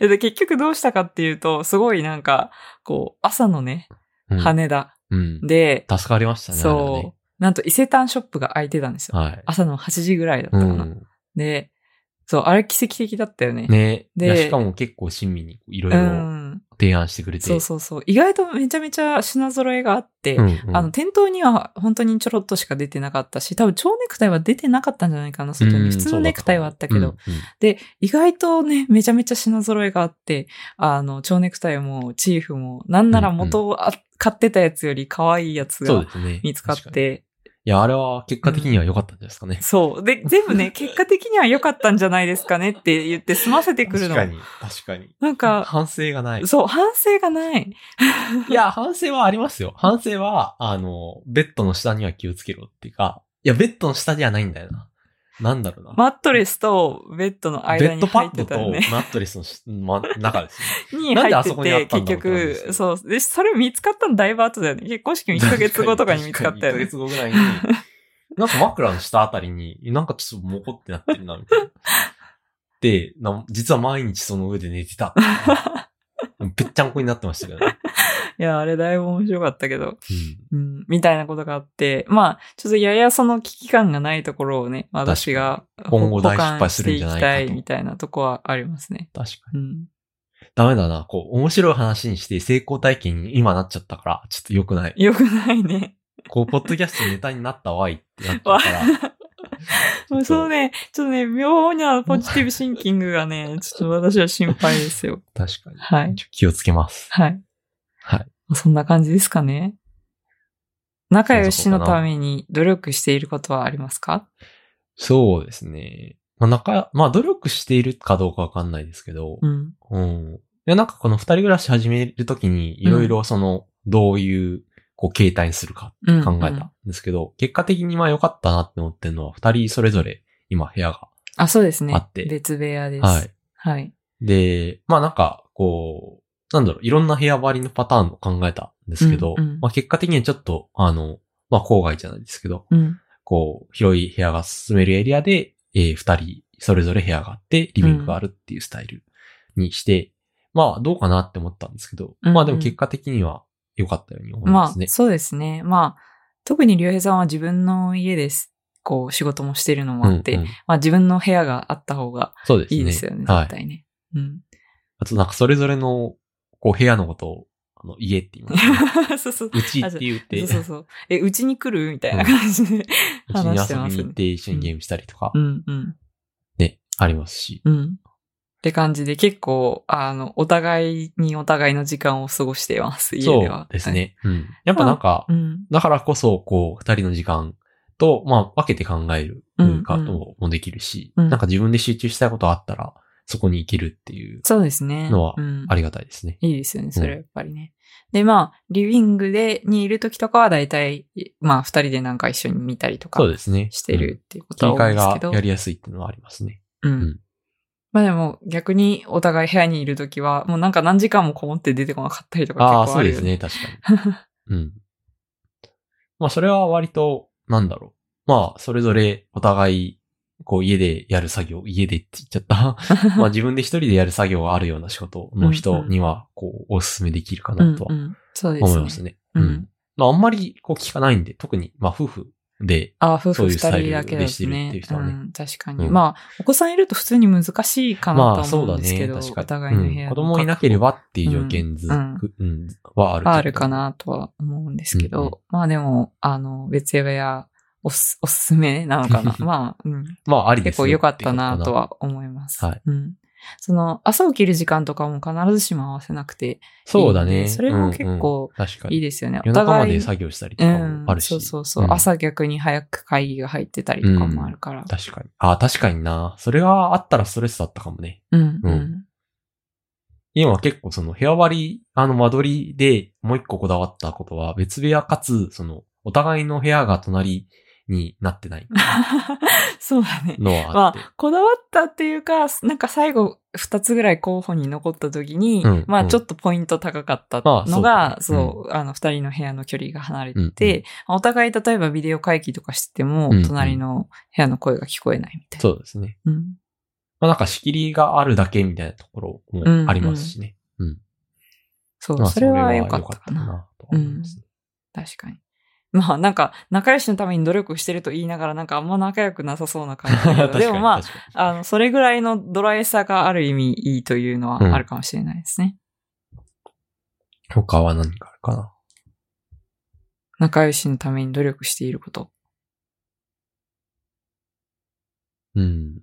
[SPEAKER 2] で、結局どうしたかっていうと、すごいなんか、こう、朝のね、
[SPEAKER 1] うん。
[SPEAKER 2] 羽田
[SPEAKER 1] うん。
[SPEAKER 2] で、
[SPEAKER 1] 助かりましたね、あれはね
[SPEAKER 2] そう、なんと伊勢丹ショップが開いてたんですよ。
[SPEAKER 1] はい。
[SPEAKER 2] 朝の8時ぐらいだった
[SPEAKER 1] う
[SPEAKER 2] かな。
[SPEAKER 1] ん。
[SPEAKER 2] で、そう、あれ奇跡的だったよね。
[SPEAKER 1] ね。
[SPEAKER 2] で
[SPEAKER 1] いやしかも結構親身にいろいうろ
[SPEAKER 2] ん。
[SPEAKER 1] 提案してくれて。
[SPEAKER 2] そうそうそう。意外とめちゃめちゃ品揃えがあって、
[SPEAKER 1] うんうん
[SPEAKER 2] あの、店頭には本当にちょろっとしか出てなかったし、多分蝶ネクタイは出てなかったんじゃないかな、外
[SPEAKER 1] う
[SPEAKER 2] に。
[SPEAKER 1] ん
[SPEAKER 2] 普通のネクタイはあったけど。。
[SPEAKER 1] そうだ
[SPEAKER 2] で、意外とね、めちゃめちゃ品揃えがあって、あの、蝶ネクタイもチーフも、なんなら元をあ、買ってたやつより可愛いやつ
[SPEAKER 1] うんそう
[SPEAKER 2] が
[SPEAKER 1] ですね。
[SPEAKER 2] 見つかっ
[SPEAKER 1] 確に。い
[SPEAKER 2] て、
[SPEAKER 1] や、あれは結果的には良かったんじゃないですかね。
[SPEAKER 2] そう。で、全
[SPEAKER 1] (laughs)
[SPEAKER 2] 部ね、結果的には良かったんじゃないですかねって言って済ませてく
[SPEAKER 1] 確
[SPEAKER 2] るの。
[SPEAKER 1] かに。確かに。
[SPEAKER 2] なんか、
[SPEAKER 1] 反省がない。
[SPEAKER 2] そう、反省がない。 (laughs)
[SPEAKER 1] いや、反省はありますよ。反省は、あの、ベッドの下には気をつけろっていうか、いや、ベッドの下ではないんだよな。なんだろうな。
[SPEAKER 2] マットレスとベッドの
[SPEAKER 1] ベ
[SPEAKER 2] 間
[SPEAKER 1] ッ
[SPEAKER 2] に
[SPEAKER 1] ドパ
[SPEAKER 2] 入っ
[SPEAKER 1] ッド
[SPEAKER 2] てた
[SPEAKER 1] と
[SPEAKER 2] よ
[SPEAKER 1] マ
[SPEAKER 2] ね。
[SPEAKER 1] ットレスのし、ま、中
[SPEAKER 2] (laughs)
[SPEAKER 1] ですよね。
[SPEAKER 2] に
[SPEAKER 1] なん
[SPEAKER 2] 入
[SPEAKER 1] であ
[SPEAKER 2] って
[SPEAKER 1] そこにあ
[SPEAKER 2] て、
[SPEAKER 1] ったん
[SPEAKER 2] 結
[SPEAKER 1] だろうって話です
[SPEAKER 2] 局、そう。で、それ見つかったのだいぶ後だよね。結婚式の1ヶ月後とかに見つかったよ
[SPEAKER 1] 1ヶ
[SPEAKER 2] ね。
[SPEAKER 1] 月後ぐらいに、
[SPEAKER 2] (laughs)
[SPEAKER 1] なんか枕の下あたりに、なんかちょっとモコってなってるな、みたいな。で、な実は毎日その上で寝て
[SPEAKER 2] (laughs)
[SPEAKER 1] た。もうぺっちゃんこになってましたけどね。
[SPEAKER 2] いや、あれだいぶ面白かったけど。うん、みたいなことがあって、まあ、ちょっとややその危機感がないところをね、私が
[SPEAKER 1] かに今後
[SPEAKER 2] 補
[SPEAKER 1] 大
[SPEAKER 2] 完
[SPEAKER 1] 失敗するんじゃないかと
[SPEAKER 2] していきたいみたいなとこはありますね。
[SPEAKER 1] 確かに。
[SPEAKER 2] うん。
[SPEAKER 1] ダメだな。こう、面白い話にして成功体験に今なっちゃったから、ちょっと良くない。
[SPEAKER 2] よくないね。
[SPEAKER 1] こう、ポッドキャストネタになったわいってなっちゃった
[SPEAKER 2] (laughs)
[SPEAKER 1] から。ちょっと
[SPEAKER 2] そうね、ちょっとね、妙なポジティブシンキングがね、ちょっと私は心配ですよ。
[SPEAKER 1] 確かに。
[SPEAKER 2] はい。
[SPEAKER 1] ちょ気をつけます。
[SPEAKER 2] はい。
[SPEAKER 1] はい。
[SPEAKER 2] そんな感じですかね。仲良しのために努力していることはありますか
[SPEAKER 1] そうですね。まあ、仲、まあ、努力しているかどうかわかんないですけど、
[SPEAKER 2] うん。
[SPEAKER 1] うん。いや、なんかこの二人暮らし始めるときに、いろいろその、どういう、こう、形態にするか
[SPEAKER 2] うん
[SPEAKER 1] 考えた
[SPEAKER 2] うん
[SPEAKER 1] んですけど、結果的にまあ良かったなって思ってるのは、二人それぞれ今部屋が
[SPEAKER 2] あ、そうですね。
[SPEAKER 1] あって
[SPEAKER 2] 別部屋です。
[SPEAKER 1] はい。。
[SPEAKER 2] はい。
[SPEAKER 1] で、まあなんか、こう、なんだろう、いろんな部屋割りのパターンを考えたんですけど、
[SPEAKER 2] うんうん
[SPEAKER 1] まあ結果的にはちょっと、あの、まあ郊外じゃないですけど、
[SPEAKER 2] うん。
[SPEAKER 1] こう、広い部屋が進めるエリアで、えー二人それぞれ部屋があって、リビングがあるっていうスタイルにして、まあどうかなって思ったんですけど、
[SPEAKER 2] うんうん
[SPEAKER 1] まあでも結果的には良かったように思いま
[SPEAKER 2] ます
[SPEAKER 1] ね
[SPEAKER 2] あ、。そうですね。まあ、特に竜兵さんは自分の家です。こう、仕事もしてるのもあって、
[SPEAKER 1] うんうん
[SPEAKER 2] まあ自分の部屋があった方が
[SPEAKER 1] そうですね。
[SPEAKER 2] いいですよね、
[SPEAKER 1] は
[SPEAKER 2] 絶
[SPEAKER 1] い。
[SPEAKER 2] 対ね。うん。 (laughs)
[SPEAKER 1] あとなんかそれぞれの、こう部屋のことを、あの、家って言います、ね。
[SPEAKER 2] (laughs) そうそう。
[SPEAKER 1] うちって言って、
[SPEAKER 2] そ
[SPEAKER 1] うち
[SPEAKER 2] うそうそう。え、うちに来るみたいな感じで。
[SPEAKER 1] に
[SPEAKER 2] 話して
[SPEAKER 1] 遊
[SPEAKER 2] ま
[SPEAKER 1] び
[SPEAKER 2] す
[SPEAKER 1] に行って一緒にゲームしたりとか
[SPEAKER 2] う、ん、うん、
[SPEAKER 1] ね、ありますし。
[SPEAKER 2] うん。って感じで結構、あの、お互いにお互いの時間を過ごしてます、家で
[SPEAKER 1] そ
[SPEAKER 2] は
[SPEAKER 1] う。ですね。うん。やっぱなんか
[SPEAKER 2] は。、うん。
[SPEAKER 1] だからこそ、こう、二人の時間と、まあ、分けて考える
[SPEAKER 2] うんうん
[SPEAKER 1] かともできるし、
[SPEAKER 2] うん
[SPEAKER 1] なんか自分で集中したいことあったら、そこに行けるっていう、
[SPEAKER 2] そうですね。
[SPEAKER 1] のは
[SPEAKER 2] うん
[SPEAKER 1] ありがたいですね。
[SPEAKER 2] いいですよね、それやっぱりね。で、まあ、リビングで、にいる時とかは大体、まあ、二人でなんか一緒に見たりとか
[SPEAKER 1] そうですね。
[SPEAKER 2] してるっていうこ
[SPEAKER 1] う
[SPEAKER 2] と
[SPEAKER 1] ん。
[SPEAKER 2] は
[SPEAKER 1] 切り替え
[SPEAKER 2] 多いんですけ
[SPEAKER 1] が
[SPEAKER 2] ど。
[SPEAKER 1] やりやすいっていうのはありますね。
[SPEAKER 2] うん。
[SPEAKER 1] うん
[SPEAKER 2] まあでも、逆にお互い部屋にいる時は、もうなんか何時間もこもって出てこなかったりとか
[SPEAKER 1] ああ、
[SPEAKER 2] 結構
[SPEAKER 1] そ
[SPEAKER 2] あ
[SPEAKER 1] う
[SPEAKER 2] る
[SPEAKER 1] で
[SPEAKER 2] よ
[SPEAKER 1] す
[SPEAKER 2] ね。
[SPEAKER 1] ね、確か
[SPEAKER 2] (laughs)
[SPEAKER 1] に。うん。まあ、それは割と、なんだろう。まあ、それぞれお互い、こう、家でやる作業、家でって言っちゃった。
[SPEAKER 2] (laughs)
[SPEAKER 1] まあ、自分で一人でやる作業があるような仕事の人には、こう、お勧めできるかなとは
[SPEAKER 2] うんうん、そうですね。
[SPEAKER 1] 思いますね。
[SPEAKER 2] うん
[SPEAKER 1] うん。まあ、あんまり、こう、聞かないんで、特に、まあ、夫婦で、
[SPEAKER 2] あ、夫
[SPEAKER 1] そう
[SPEAKER 2] 婦
[SPEAKER 1] いう
[SPEAKER 2] 二
[SPEAKER 1] スタイ
[SPEAKER 2] 人
[SPEAKER 1] ル
[SPEAKER 2] だけで
[SPEAKER 1] でして
[SPEAKER 2] す
[SPEAKER 1] るっ
[SPEAKER 2] ね。
[SPEAKER 1] ていう人はね
[SPEAKER 2] うん、確かに、
[SPEAKER 1] うん
[SPEAKER 2] まあ、お子さんいると普通に難しいかな
[SPEAKER 1] ま
[SPEAKER 2] と
[SPEAKER 1] あ、
[SPEAKER 2] は
[SPEAKER 1] そう
[SPEAKER 2] 思う
[SPEAKER 1] だ
[SPEAKER 2] んですけ
[SPEAKER 1] ね、
[SPEAKER 2] ど、
[SPEAKER 1] 確
[SPEAKER 2] お
[SPEAKER 1] か
[SPEAKER 2] 互いの部
[SPEAKER 1] に。う
[SPEAKER 2] 屋
[SPEAKER 1] ん、子
[SPEAKER 2] の
[SPEAKER 1] 供いなければっていう条件づ
[SPEAKER 2] うん
[SPEAKER 1] く、うん、はあるけど。
[SPEAKER 2] あるかなとは思うんですけど、
[SPEAKER 1] うんうん
[SPEAKER 2] まあでも、あの、別部屋、おす、おすすめなのか
[SPEAKER 1] (laughs)
[SPEAKER 2] な。まあ、うん、
[SPEAKER 1] まあ、ありです
[SPEAKER 2] 結構良かったなと。は思います。
[SPEAKER 1] はい
[SPEAKER 2] うん。その、朝起きる時間とかも必ずしも合わせなくて
[SPEAKER 1] そうだ
[SPEAKER 2] いいん
[SPEAKER 1] ね。
[SPEAKER 2] でそれも結構
[SPEAKER 1] うんうん確かに
[SPEAKER 2] いい。ですよね。
[SPEAKER 1] 夜
[SPEAKER 2] お
[SPEAKER 1] 中ま
[SPEAKER 2] 互い
[SPEAKER 1] で作業したりと
[SPEAKER 2] う
[SPEAKER 1] かも
[SPEAKER 2] ん
[SPEAKER 1] あるし。
[SPEAKER 2] そうそうそう、
[SPEAKER 1] ん
[SPEAKER 2] 朝逆に早く会議が入ってたりとかもあるから。
[SPEAKER 1] 確かに。あ、確かにな。それがあったらストレスだったかもね。
[SPEAKER 2] うん。
[SPEAKER 1] う
[SPEAKER 2] うんん
[SPEAKER 1] 今結構その部屋割り、あの間取りでもう一個こだわったことは別部屋かつ、その、お互いの部屋が隣になってない
[SPEAKER 2] そうだね。
[SPEAKER 1] のはあって。
[SPEAKER 2] こだ (laughs) わったっていうか、なんか最後2つぐらい候補に残った時に、
[SPEAKER 1] うん
[SPEAKER 2] ま
[SPEAKER 1] う
[SPEAKER 2] あ
[SPEAKER 1] ん
[SPEAKER 2] ちょっとポイント高かった
[SPEAKER 1] まあそ
[SPEAKER 2] の
[SPEAKER 1] うだ
[SPEAKER 2] が、
[SPEAKER 1] ね
[SPEAKER 2] そう,、あの2人の部屋の距離が離れて
[SPEAKER 1] うんう
[SPEAKER 2] て、お互い例えばビデオ会議とかしてても、
[SPEAKER 1] うんうん
[SPEAKER 2] 隣の部屋の声が聞こえないみたいな。
[SPEAKER 1] そうですね。
[SPEAKER 2] うん
[SPEAKER 1] まあなんか仕切りがあるだけみたいなところもありますしね。
[SPEAKER 2] そう、
[SPEAKER 1] まあ
[SPEAKER 2] それは良かったかな。
[SPEAKER 1] とは思いますね
[SPEAKER 2] 確かに。まあなんか仲良しのために努力してると言いながらなんかあんま仲良くなさそうな感じだけど。でもまあ、
[SPEAKER 1] (laughs) 確かに
[SPEAKER 2] あの、それぐらいのドライさがある意味いいというのはあるかもしれないですね。
[SPEAKER 1] 他は何かあるかな。
[SPEAKER 2] 仲良しのために努力していること。
[SPEAKER 1] うん。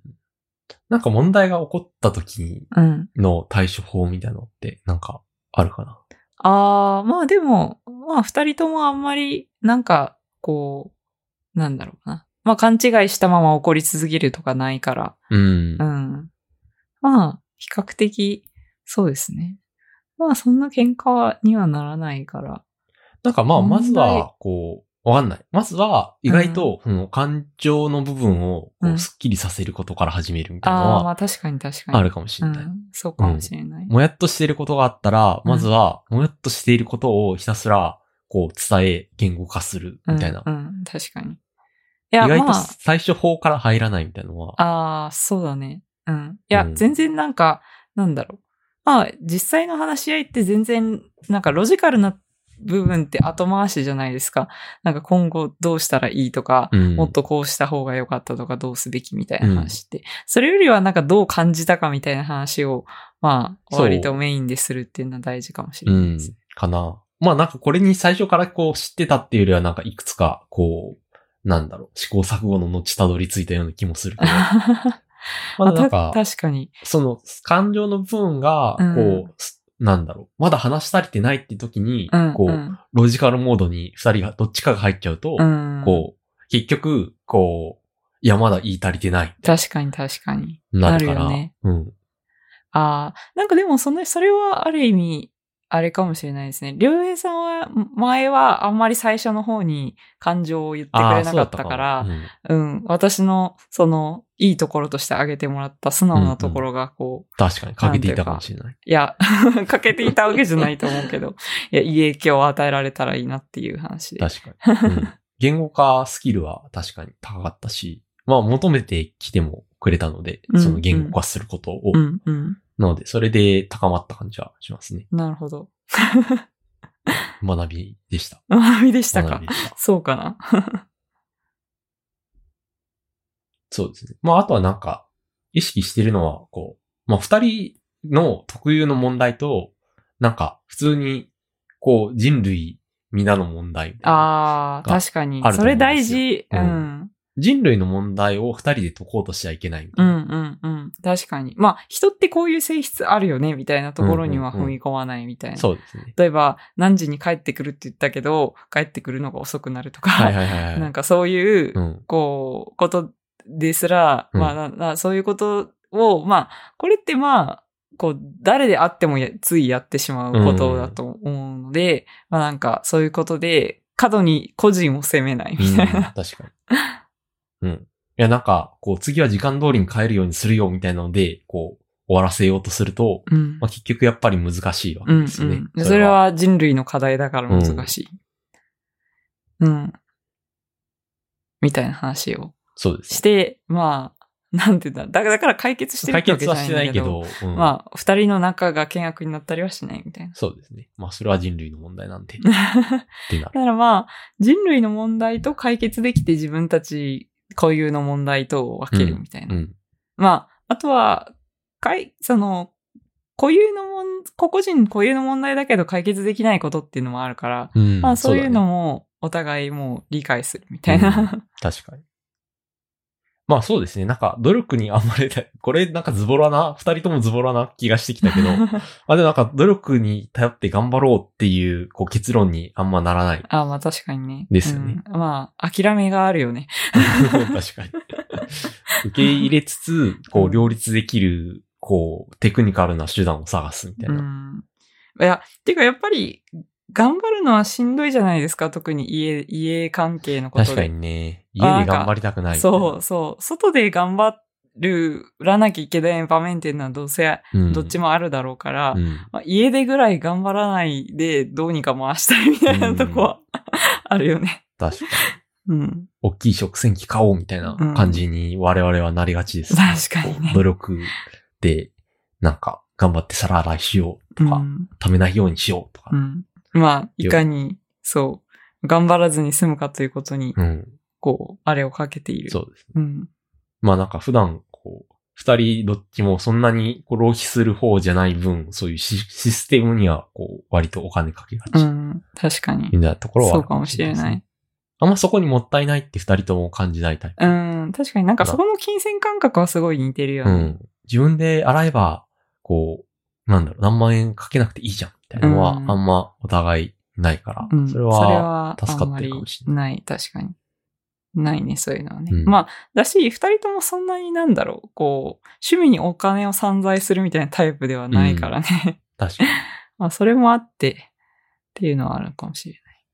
[SPEAKER 1] なんか問題が起こった時に
[SPEAKER 2] うん。
[SPEAKER 1] の対処法みたいなのって、なんか、あるかな。
[SPEAKER 2] ああ、まあでも、まあ二人ともあんまり、なんか、こう、なんだろうな。まあ勘違いしたまま怒り続けるとかないから。
[SPEAKER 1] うん
[SPEAKER 2] う。ん。まあ、比較的、そうですね。まあそんな喧嘩にはならないから。
[SPEAKER 1] なんかまあ、
[SPEAKER 2] 問
[SPEAKER 1] ま
[SPEAKER 2] 題
[SPEAKER 1] ずは、こう、わかんない。まずは、意外と、その感情の部分を、
[SPEAKER 2] う
[SPEAKER 1] こう、
[SPEAKER 2] ん
[SPEAKER 1] すっきりさせることから始めるみたいなの
[SPEAKER 2] ああ、ま
[SPEAKER 1] は、
[SPEAKER 2] あ確かに確かに。
[SPEAKER 1] あるかもし
[SPEAKER 2] う
[SPEAKER 1] れない。
[SPEAKER 2] ん。そうかもしれない。
[SPEAKER 1] もやっとしていることがあったら、
[SPEAKER 2] うん
[SPEAKER 1] まずは、もやっとしていることをひたすら、こう、伝え、言語化する、みたいな。
[SPEAKER 2] うん、うん確かに。い
[SPEAKER 1] 意
[SPEAKER 2] や、
[SPEAKER 1] 外
[SPEAKER 2] ま
[SPEAKER 1] と
[SPEAKER 2] あ、
[SPEAKER 1] 最初法から入らないみたいなのは、
[SPEAKER 2] ああ、そうだね。うん。いや、
[SPEAKER 1] うん
[SPEAKER 2] 全然なんか、なんだろう。まあ、実際の話し合いって全然、なんかロジカルな部分って後回しじゃないですか。なんか今後どうしたらいいとか、
[SPEAKER 1] うん
[SPEAKER 2] もっとこうした方が良かったとか、どうすべきみたいな話って。それよりはなんかどう感じたかみたいな話を、まあ、
[SPEAKER 1] そう
[SPEAKER 2] 割とメインでするっていうのは大事かもし
[SPEAKER 1] う
[SPEAKER 2] れないで
[SPEAKER 1] ん
[SPEAKER 2] す。、
[SPEAKER 1] かな。まあなんかこれに最初からこう知ってたっていうよりはなんかいくつかこう、なんだろう、試行錯誤の後たどり着いたような気もする
[SPEAKER 2] (laughs)
[SPEAKER 1] けど。まだな
[SPEAKER 2] あた
[SPEAKER 1] んか、
[SPEAKER 2] 確かに。
[SPEAKER 1] その感情の部分が
[SPEAKER 2] うん、
[SPEAKER 1] こう、すなんだろう、まだ話し足りてないって時に、
[SPEAKER 2] うん。
[SPEAKER 1] こう、
[SPEAKER 2] うん
[SPEAKER 1] ロジカルモードに二人がどっちかが入っちゃうと、
[SPEAKER 2] うん、
[SPEAKER 1] こう、結局、こう、いやまだ言い足りてない、
[SPEAKER 2] 確かに確かに。
[SPEAKER 1] なる
[SPEAKER 2] な
[SPEAKER 1] か
[SPEAKER 2] る
[SPEAKER 1] ら、
[SPEAKER 2] よね
[SPEAKER 1] うん。
[SPEAKER 2] ああ、なんかでもその、それはある意味、あれかもしれないですね。りょうへいさんは、前はあんまり最初の方に感情を言ってくれなかったから、
[SPEAKER 1] うん
[SPEAKER 2] うん、私の、その、いいところとしてあげてもらった素直なところが、こう、
[SPEAKER 1] 確かに、かけていたかもしれない。
[SPEAKER 2] いや、 (laughs) 欠けていたわけじゃないと思うけ
[SPEAKER 1] (laughs)
[SPEAKER 2] ど、いや、いい影響を与えられたらいいなっていう話で。
[SPEAKER 1] 確かに、
[SPEAKER 2] (laughs)
[SPEAKER 1] うん言語化スキルは確かに高かったし、まあ求めてきてもくれたので、その言語化することを。
[SPEAKER 2] うん、うん。
[SPEAKER 1] なので、それで高まった感じはしますね。
[SPEAKER 2] なるほど。 (laughs)
[SPEAKER 1] 学びでした。
[SPEAKER 2] うまみでした
[SPEAKER 1] 学
[SPEAKER 2] か
[SPEAKER 1] び。でした。
[SPEAKER 2] そうかな。
[SPEAKER 1] そうですね。まああとはなんか、意識してるのは、こう、まあ二人の特有の問題と、なんか普通に、こう人類皆の問題みたいな。
[SPEAKER 2] ああ、
[SPEAKER 1] が
[SPEAKER 2] 確かに
[SPEAKER 1] あ。ると思
[SPEAKER 2] それ
[SPEAKER 1] うんで
[SPEAKER 2] 大
[SPEAKER 1] すよ
[SPEAKER 2] 事。う。
[SPEAKER 1] うん人類の問題を二人で解こうとしちゃいけないみ
[SPEAKER 2] う
[SPEAKER 1] たい
[SPEAKER 2] ん、う
[SPEAKER 1] な。
[SPEAKER 2] ん、うん。確かに。まあ、人ってこういう性質あるよね、みたいなところには
[SPEAKER 1] うんうんうん
[SPEAKER 2] 踏み込まないみたいな。
[SPEAKER 1] そうですね。
[SPEAKER 2] 例えば、何時に帰ってくるって言ったけど、帰ってくるのが遅くなるとか、
[SPEAKER 1] はいはいはいは
[SPEAKER 2] (laughs) なん
[SPEAKER 1] い。
[SPEAKER 2] かそういう
[SPEAKER 1] う、ん。
[SPEAKER 2] こう、ことですら、
[SPEAKER 1] うん
[SPEAKER 2] まあなな、そういうことを、まあ、これってまあ、こう、誰であってもやついやってしまうことだと思うので、まあなんか、そういうことで、過度に個人を責めないみたい
[SPEAKER 1] うん
[SPEAKER 2] な。
[SPEAKER 1] 確かに。うん。いや、なんか、こう、次は時間通りに帰るようにするよ、みたいなので、こう、終わらせようとすると、
[SPEAKER 2] うん
[SPEAKER 1] ま。あ、結局やっぱり難しいわ
[SPEAKER 2] う
[SPEAKER 1] け
[SPEAKER 2] ん、う
[SPEAKER 1] ですよね。
[SPEAKER 2] ん。それ、は人類の課題だから難しい。うん。みたいな話を
[SPEAKER 1] そうです
[SPEAKER 2] し
[SPEAKER 1] ね。
[SPEAKER 2] て、まあ、なんて言うんだ、だだから解決してる
[SPEAKER 1] 解
[SPEAKER 2] ってわけ
[SPEAKER 1] 決
[SPEAKER 2] じゃ
[SPEAKER 1] は
[SPEAKER 2] ない
[SPEAKER 1] し
[SPEAKER 2] ん
[SPEAKER 1] てな
[SPEAKER 2] だ
[SPEAKER 1] い
[SPEAKER 2] け
[SPEAKER 1] け
[SPEAKER 2] ど、
[SPEAKER 1] ど、うん、
[SPEAKER 2] まあ、二人の仲が険悪になったりはしないみたいな。 (laughs)
[SPEAKER 1] そうですね。まあ、それは人類の問題なんで、っ
[SPEAKER 2] だか
[SPEAKER 1] てなる。
[SPEAKER 2] らまあ、人類の問題と解決できて自分たち固有の問題と分けるみたいうな。
[SPEAKER 1] ん。
[SPEAKER 2] まあ、あとは、かい、その、固有のもん、個々人固有の問題だけど解決できないことっていうのもあるから、
[SPEAKER 1] うん。
[SPEAKER 2] まあそういうの
[SPEAKER 1] も。
[SPEAKER 2] もお互いもう理解するみたいな。
[SPEAKER 1] 確かに。まあそうですね。なんか、努力にあんまりだ、これなんかズボラな、二人ともズボラな気がしてきた
[SPEAKER 2] (laughs)
[SPEAKER 1] けど、あ、でもなんか努力に頼って頑張ろうっていう、こう結論にあんまならない。
[SPEAKER 2] あまあ確かにね。
[SPEAKER 1] ですよね
[SPEAKER 2] うんまあ、諦めがあるよね。
[SPEAKER 1] (laughs) 確かに。受け入れつつ、こ
[SPEAKER 2] うん
[SPEAKER 1] う、両立できる、こう、テクニカルな手段を探すみたいうな。
[SPEAKER 2] ん。いや、てかやっぱり、頑張るのはしんどいじゃないですか、特に家、家関係のことで。
[SPEAKER 1] 確かにね、家
[SPEAKER 2] あ
[SPEAKER 1] で頑張りたくないみたいな。
[SPEAKER 2] そうそう。外で頑張る、売らなきゃいけない場面っていうのはどうせ、
[SPEAKER 1] うん
[SPEAKER 2] どっちもあるだろうから、
[SPEAKER 1] うん
[SPEAKER 2] まあ、家でぐらい頑張らないで、どうにか回したいみたいなとこは、 (laughs) あるよね。
[SPEAKER 1] 確かに。
[SPEAKER 2] うん。
[SPEAKER 1] 大きい食洗機買おうみたいな感じに我々はなりがちです。
[SPEAKER 2] 確かにね
[SPEAKER 1] こう努力で、なんか、頑張って皿洗いしよう
[SPEAKER 2] う
[SPEAKER 1] とか、
[SPEAKER 2] ん。
[SPEAKER 1] 食べないようにしようとか
[SPEAKER 2] う。ん、まあ、いかに、そう、頑張らずに済むかということに
[SPEAKER 1] う、ん、
[SPEAKER 2] こう、あれをかけている。
[SPEAKER 1] そうですね。
[SPEAKER 2] うん。
[SPEAKER 1] まあなんか普段、こう、二人どっちもそんなにこう浪費する方じゃない分、そういうシシステムには、こう、割とお金かけがち。
[SPEAKER 2] うん。確かに。
[SPEAKER 1] みたいなところはあ
[SPEAKER 2] そう
[SPEAKER 1] る
[SPEAKER 2] かもしれ
[SPEAKER 1] です
[SPEAKER 2] ない
[SPEAKER 1] ね。。あんまそこにもったいないって二人とも感じないタイプ。
[SPEAKER 2] うん。確かになんかそこの金銭感覚はすごい似てるよ
[SPEAKER 1] う
[SPEAKER 2] ね。
[SPEAKER 1] ん。自分で洗えば、こう、なんだろう、何万円かけなくていいじゃん、みたいなのは、
[SPEAKER 2] うん
[SPEAKER 1] あんまお互いないから、
[SPEAKER 2] うん
[SPEAKER 1] それは、
[SPEAKER 2] それはあんまりない、確かに。ないね、そういうのはね。
[SPEAKER 1] うん
[SPEAKER 2] まあ、だし、二人ともそんなになんだろう、こう、趣味にお金を散財するみたいなタイプではないからね。
[SPEAKER 1] 確かに。
[SPEAKER 2] (laughs) まあ、それもあって、っていうのはあるかもしれない。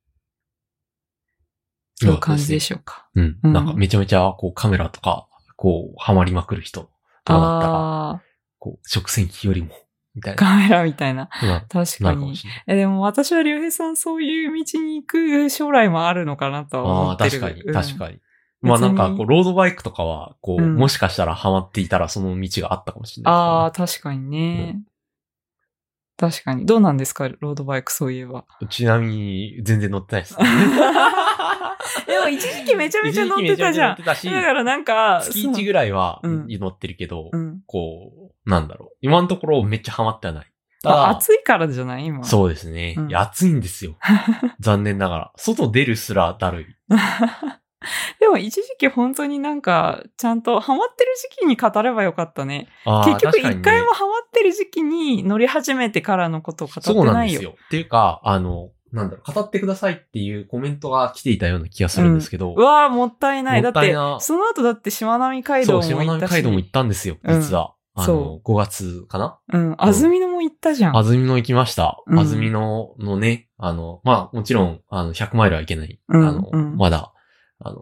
[SPEAKER 2] そういう感じでしょうか。
[SPEAKER 1] うん。
[SPEAKER 2] うん
[SPEAKER 1] なんかめちゃめちゃ、こうカメラとか、こう、ハマりまくる人とかだったら、
[SPEAKER 2] あ
[SPEAKER 1] こう、食洗機よりも、みたい
[SPEAKER 2] あー、
[SPEAKER 1] な、
[SPEAKER 2] カメラみたいな。
[SPEAKER 1] な
[SPEAKER 2] 確
[SPEAKER 1] なる
[SPEAKER 2] か
[SPEAKER 1] かも
[SPEAKER 2] に。
[SPEAKER 1] しれない。
[SPEAKER 2] え、でも私は竜兵さんそういう道に行く将来もあるのかなとは
[SPEAKER 1] あ
[SPEAKER 2] 思
[SPEAKER 1] あ、
[SPEAKER 2] って
[SPEAKER 1] 確
[SPEAKER 2] る。
[SPEAKER 1] かに、
[SPEAKER 2] うん
[SPEAKER 1] 確かに。まあなん
[SPEAKER 2] 別
[SPEAKER 1] か、
[SPEAKER 2] に
[SPEAKER 1] こう、ロードバイクとかは、こう、
[SPEAKER 2] うん
[SPEAKER 1] もしかしたらハマっていたらその道があったかもしれない、
[SPEAKER 2] ああ、確かにね。確かに。どうなんですかロードバイク、そういえば。
[SPEAKER 1] (laughs) あ。ちなみに、全然乗ってないです、ね。
[SPEAKER 2] でも一時期めちゃめちゃ乗ってたじゃ
[SPEAKER 1] 一時期めちゃめちゃ乗
[SPEAKER 2] ん
[SPEAKER 1] ってたし
[SPEAKER 2] だからなんか、
[SPEAKER 1] 月1
[SPEAKER 2] そう
[SPEAKER 1] ぐらいは
[SPEAKER 2] うん
[SPEAKER 1] 乗ってるけど、
[SPEAKER 2] うん。
[SPEAKER 1] こう、なんだろう。今のところめっちゃハマってはない。ただ
[SPEAKER 2] あ暑いからじゃない今。
[SPEAKER 1] そうですね。
[SPEAKER 2] うん
[SPEAKER 1] いや暑いんですよ。残念ながら。外出るすらだるい。
[SPEAKER 2] (laughs) でも一時期本当になんか、ちゃんとハマってる時期に語ればよかったね。
[SPEAKER 1] あー
[SPEAKER 2] 結局
[SPEAKER 1] 確かに
[SPEAKER 2] 一
[SPEAKER 1] ね
[SPEAKER 2] 回もハマってる時期に乗り始めてからのことを語って
[SPEAKER 1] そうな
[SPEAKER 2] なんい
[SPEAKER 1] です
[SPEAKER 2] よ。
[SPEAKER 1] よ。っていうか、あの、なんだろう、語ってくださいっていうコメントが来ていたような気がするんですけど、
[SPEAKER 2] うわーもったいない。
[SPEAKER 1] もったいな
[SPEAKER 2] だって、その後だってしまなみ海
[SPEAKER 1] そ
[SPEAKER 2] 道
[SPEAKER 1] う、
[SPEAKER 2] も
[SPEAKER 1] しま
[SPEAKER 2] 行
[SPEAKER 1] な
[SPEAKER 2] っ
[SPEAKER 1] み
[SPEAKER 2] たし。
[SPEAKER 1] 海道も行ったんですよ、実は。あ
[SPEAKER 2] そ
[SPEAKER 1] の、5月かな
[SPEAKER 2] うん。安住のも行ったじゃん。
[SPEAKER 1] 安曇野行きました。
[SPEAKER 2] うん
[SPEAKER 1] 安曇野のね、あの、まあ、もちろん、あの、100マイルはいけない。
[SPEAKER 2] うん
[SPEAKER 1] あの、
[SPEAKER 2] うん
[SPEAKER 1] まだ、あの、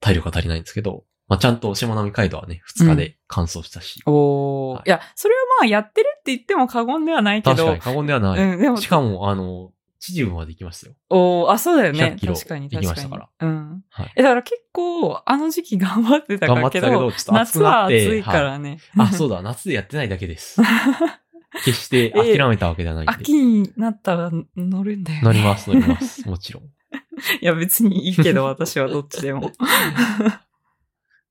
[SPEAKER 1] 体力が足りないんですけど、まあ、ちゃんとしまなみ海道はね、2日で完走したし。
[SPEAKER 2] お
[SPEAKER 1] は
[SPEAKER 2] ー
[SPEAKER 1] い
[SPEAKER 2] いや、それはまあやってるって言っても過言ではないけ
[SPEAKER 1] 確か
[SPEAKER 2] ど
[SPEAKER 1] に、。過言ではない。
[SPEAKER 2] うん、でも、
[SPEAKER 1] しかも、あの、秩父まで行きました
[SPEAKER 2] (laughs)
[SPEAKER 1] よ。
[SPEAKER 2] おーあ、そうだよね
[SPEAKER 1] 100。キロ
[SPEAKER 2] 確かに、
[SPEAKER 1] 行
[SPEAKER 2] 確
[SPEAKER 1] きま
[SPEAKER 2] か
[SPEAKER 1] した
[SPEAKER 2] に
[SPEAKER 1] か。
[SPEAKER 2] うん。
[SPEAKER 1] はい
[SPEAKER 2] え、だから結構、あの時期頑張ってた
[SPEAKER 1] 頑張
[SPEAKER 2] か
[SPEAKER 1] って
[SPEAKER 2] け
[SPEAKER 1] たけ
[SPEAKER 2] ど、
[SPEAKER 1] ど、ちょっと暑
[SPEAKER 2] 夏
[SPEAKER 1] くな
[SPEAKER 2] は
[SPEAKER 1] って。
[SPEAKER 2] 暑いか
[SPEAKER 1] は
[SPEAKER 2] らね。
[SPEAKER 1] いあ、そうだ、夏でやってないだけ
[SPEAKER 2] (laughs)
[SPEAKER 1] です。決して諦めたわけではないんで。
[SPEAKER 2] 秋になったら乗るんだよね。
[SPEAKER 1] 乗ります、乗ります。もちろん。
[SPEAKER 2] (laughs) いや、別にいいけど、私はどっちでも。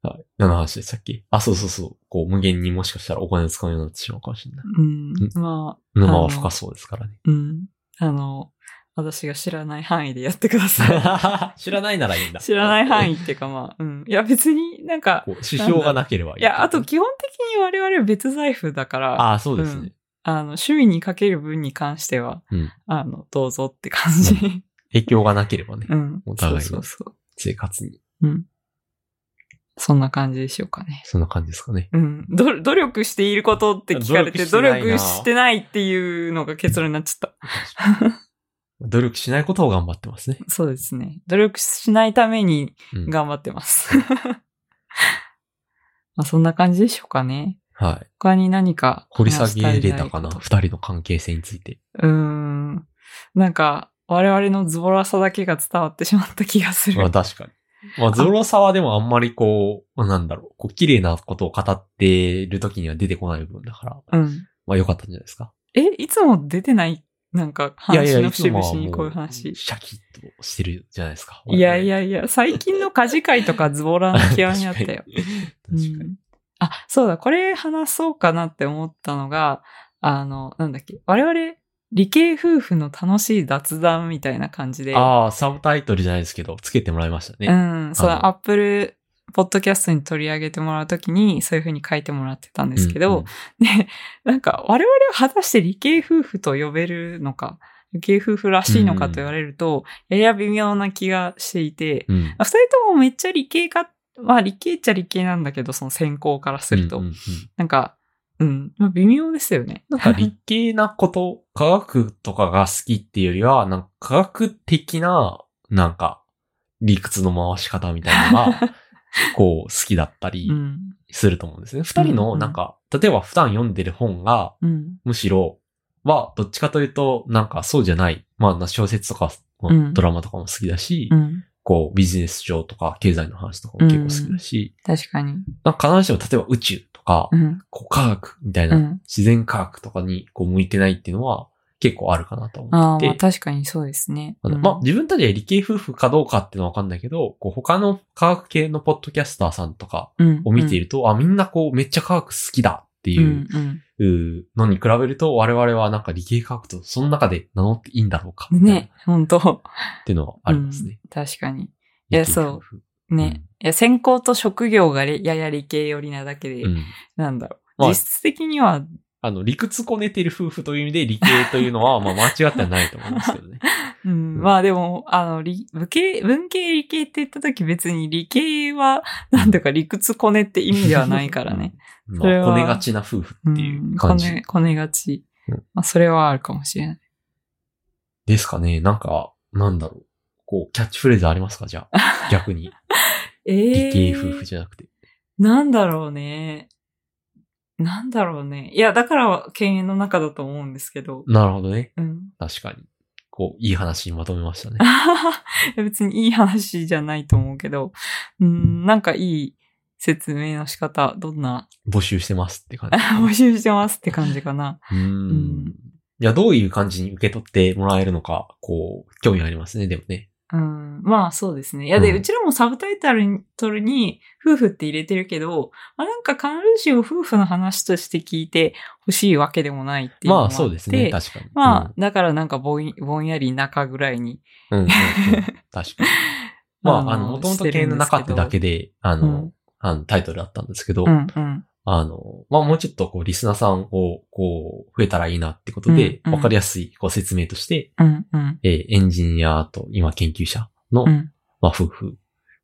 [SPEAKER 1] はい。何の話でしたっけあ、そうそうそう。こう、無限にもしかしたらお金を使うようになってしまうかもしれない。
[SPEAKER 2] うん。まあ、
[SPEAKER 1] 沼は深そうですからね。
[SPEAKER 2] うん。あの、私が知らない範囲でやってくださ
[SPEAKER 1] (laughs)
[SPEAKER 2] い。
[SPEAKER 1] 知らないならいいんだ。
[SPEAKER 2] 知らない範
[SPEAKER 1] 囲。
[SPEAKER 2] 囲っていうかまあ、うん。いや、別になんか、
[SPEAKER 1] こう、指標がなければいい。
[SPEAKER 2] いや、あと、基本的に我々別財布だから、あ
[SPEAKER 1] ああ、そうですね。
[SPEAKER 2] の、趣味にかける分に関しては、
[SPEAKER 1] うん
[SPEAKER 2] あの、どうぞって感じ。
[SPEAKER 1] 影響がなければね
[SPEAKER 2] う。ん。
[SPEAKER 1] お互いの
[SPEAKER 2] そうそうそう。
[SPEAKER 1] 生活に。
[SPEAKER 2] そんな感じでしょうかね。
[SPEAKER 1] そんな感じですか
[SPEAKER 2] (laughs)
[SPEAKER 1] ね。
[SPEAKER 2] うん。ど、努力していることって聞かれて、
[SPEAKER 1] 努
[SPEAKER 2] 努
[SPEAKER 1] 力してないな
[SPEAKER 2] 力してないっていうのが結論になっちゃった。
[SPEAKER 1] 努力しないことを頑張ってますね。
[SPEAKER 2] そうですね。努力しないために
[SPEAKER 1] うん
[SPEAKER 2] 頑張ってます。 (laughs) まあそんな感じでしょうかね。
[SPEAKER 1] はい。
[SPEAKER 2] 他に何か
[SPEAKER 1] 掘り下げれたかな
[SPEAKER 2] 話したりないこと
[SPEAKER 1] 二人の関係性について。
[SPEAKER 2] うーん。なんか、我々のズボラさだけが伝わってしまった気がする。
[SPEAKER 1] (laughs) まあ確かに。まあゾロさはでもあんまりこう、なんだろう、こう綺麗なことを語ってる時には出てこない部分だから、
[SPEAKER 2] うん。
[SPEAKER 1] まあ良かったんじゃないですか。
[SPEAKER 2] え、いつも出てないなんか、
[SPEAKER 1] いやい
[SPEAKER 2] 話
[SPEAKER 1] や、
[SPEAKER 2] の
[SPEAKER 1] いつ
[SPEAKER 2] 節
[SPEAKER 1] も
[SPEAKER 2] 々
[SPEAKER 1] はも
[SPEAKER 2] にこういう話。
[SPEAKER 1] シャキッとしてるじゃないですか。
[SPEAKER 2] いやいやいや、最近の家事会とかズボラな
[SPEAKER 1] 我々、
[SPEAKER 2] 気合になったよ。
[SPEAKER 1] (laughs) 確かに。確か
[SPEAKER 2] う
[SPEAKER 1] に
[SPEAKER 2] んあ、そうだ、これ話そうかなって思ったのが、あの、なんだっけ、我々、理系夫婦の楽しい雑談みたいな感じで、
[SPEAKER 1] ああ、サブタイトルじゃないですけど、つけてもらいました
[SPEAKER 2] う
[SPEAKER 1] ね。
[SPEAKER 2] ん、そ
[SPEAKER 1] あの
[SPEAKER 2] のアップル、ポッドキャストに取り上げてもらうときに、そういう風に書いてもらってたんですけど、
[SPEAKER 1] うん
[SPEAKER 2] ね、なんか我々は果たして理系夫婦と呼べるのか、理系夫婦らしいのかと言われると、やや微妙な気がしていて、
[SPEAKER 1] うん。うん
[SPEAKER 2] 二人ともめっちゃ理系か、まあ理系っちゃ理系なんだけど、その専攻からすると。
[SPEAKER 1] うんうんうん
[SPEAKER 2] なんか、うん、まあ微妙ですよね。
[SPEAKER 1] なんか理系なこと、科学とかが好きっていうよりは、なんか科学的な、なんか、理屈の回し方みたいなの
[SPEAKER 2] (laughs)
[SPEAKER 1] が、こう、好きだったり
[SPEAKER 2] うん、
[SPEAKER 1] すると思うんですね。二、人
[SPEAKER 2] うんう
[SPEAKER 1] の、
[SPEAKER 2] ん
[SPEAKER 1] なんか、例えば普段読んでる本が、
[SPEAKER 2] うん、
[SPEAKER 1] むしろ、は、どっちかというと、なんかそうじゃない、まあ、小説とか、
[SPEAKER 2] うん
[SPEAKER 1] ドラマとかも好きだし、
[SPEAKER 2] うん。
[SPEAKER 1] こう、ビジネス上とか、経済の話とかも結構好きだし、
[SPEAKER 2] 確かに。
[SPEAKER 1] なんか必ずしも、例えば宇宙とか
[SPEAKER 2] う、ん、
[SPEAKER 1] こう、科学みたいうな、
[SPEAKER 2] ん。
[SPEAKER 1] 自然科学とかにこう向いてないっていうのは結構あるかなと
[SPEAKER 2] あ
[SPEAKER 1] 思っ
[SPEAKER 2] あ、まあ
[SPEAKER 1] てて。
[SPEAKER 2] 確かにそうですね。
[SPEAKER 1] あの
[SPEAKER 2] うん
[SPEAKER 1] まあ、自分たちが理系夫婦かどうかっていうのはわかんないけど、こう他の科学系のポッドキャスターさんとか
[SPEAKER 2] うん
[SPEAKER 1] を見ていると、あ、みんなこうめっちゃ科学好きだって
[SPEAKER 2] う
[SPEAKER 1] いう
[SPEAKER 2] んうん
[SPEAKER 1] うのに比べると、我々はなんか理系科学とその中で名乗っていいんだろうかみたいな
[SPEAKER 2] ね、本当
[SPEAKER 1] っていうのは (laughs) ありますね。
[SPEAKER 2] 確かに。
[SPEAKER 1] 理
[SPEAKER 2] い
[SPEAKER 1] 系
[SPEAKER 2] や
[SPEAKER 1] 夫婦
[SPEAKER 2] ね。いや、専攻と職業がれやや理系寄りなだけで、
[SPEAKER 1] うん。
[SPEAKER 2] なんだろう。
[SPEAKER 1] まあ
[SPEAKER 2] 実質的には、
[SPEAKER 1] あの、理屈こねてる夫婦という意味で理系というのは、まあ間違ってはないと思うんですけどね。
[SPEAKER 2] うん、まあでも、あの、理文系、文系理系って言った時別に理系は、なんとか理屈こねって意味ではないからね。それ
[SPEAKER 1] まあ、
[SPEAKER 2] は
[SPEAKER 1] こねがちな夫婦っていう感じ
[SPEAKER 2] こね、こねがち
[SPEAKER 1] うん。
[SPEAKER 2] まあそれはあるかもしれない。
[SPEAKER 1] ですかね。なんか、なんだろう。こう、キャッチフレーズありますかじゃ
[SPEAKER 2] (laughs)
[SPEAKER 1] あ。逆に。理
[SPEAKER 2] 理
[SPEAKER 1] 系夫婦じゃなくて。
[SPEAKER 2] なんだろうね。なんだろうね。いや、だから、犬猿の中だと思うんですけど。
[SPEAKER 1] なるほどね。
[SPEAKER 2] うん。 (laughs)
[SPEAKER 1] 確かに。こう、いい話にまとめましたね。
[SPEAKER 2] 別にいい話じゃないと思うけど、うん、なんかいい説明の仕方、どんな
[SPEAKER 1] 募集してますって感じ。
[SPEAKER 2] 募集してますって感じかな。
[SPEAKER 1] うーん。いや、どういう感じに受け取ってもらえるのか、こう、興味ありますね、でもね。
[SPEAKER 2] うん、まあそうですね。いやで、
[SPEAKER 1] う
[SPEAKER 2] うんちらもサブタイトルにトルに夫婦って入れてるけど、まあ、なんか必ずしも夫婦の話として聞いてほしいわけでもないっていうのも
[SPEAKER 1] ま
[SPEAKER 2] あ
[SPEAKER 1] あ、
[SPEAKER 2] って。
[SPEAKER 1] そうですね。確かに。
[SPEAKER 2] まあ、だからなんかぼんぼんやり中ぐらいに。
[SPEAKER 1] うん、うん、うん、うん。確
[SPEAKER 2] (laughs)
[SPEAKER 1] かに。まあ、あの、もとも
[SPEAKER 2] し
[SPEAKER 1] と
[SPEAKER 2] てる
[SPEAKER 1] 系
[SPEAKER 2] ん
[SPEAKER 1] の
[SPEAKER 2] です
[SPEAKER 1] 中
[SPEAKER 2] けど
[SPEAKER 1] ってだけで、あの、
[SPEAKER 2] うん
[SPEAKER 1] あのタイトルだったんですけど、
[SPEAKER 2] うんうん。
[SPEAKER 1] あの、まあ、もうちょっとこう、リスナーさんを、こう、増えたらいいなってことで、
[SPEAKER 2] うんうん
[SPEAKER 1] わかりやすいご説明として、
[SPEAKER 2] うんうん。
[SPEAKER 1] えーエンジニアと今研究者の、
[SPEAKER 2] うん
[SPEAKER 1] まあ、夫婦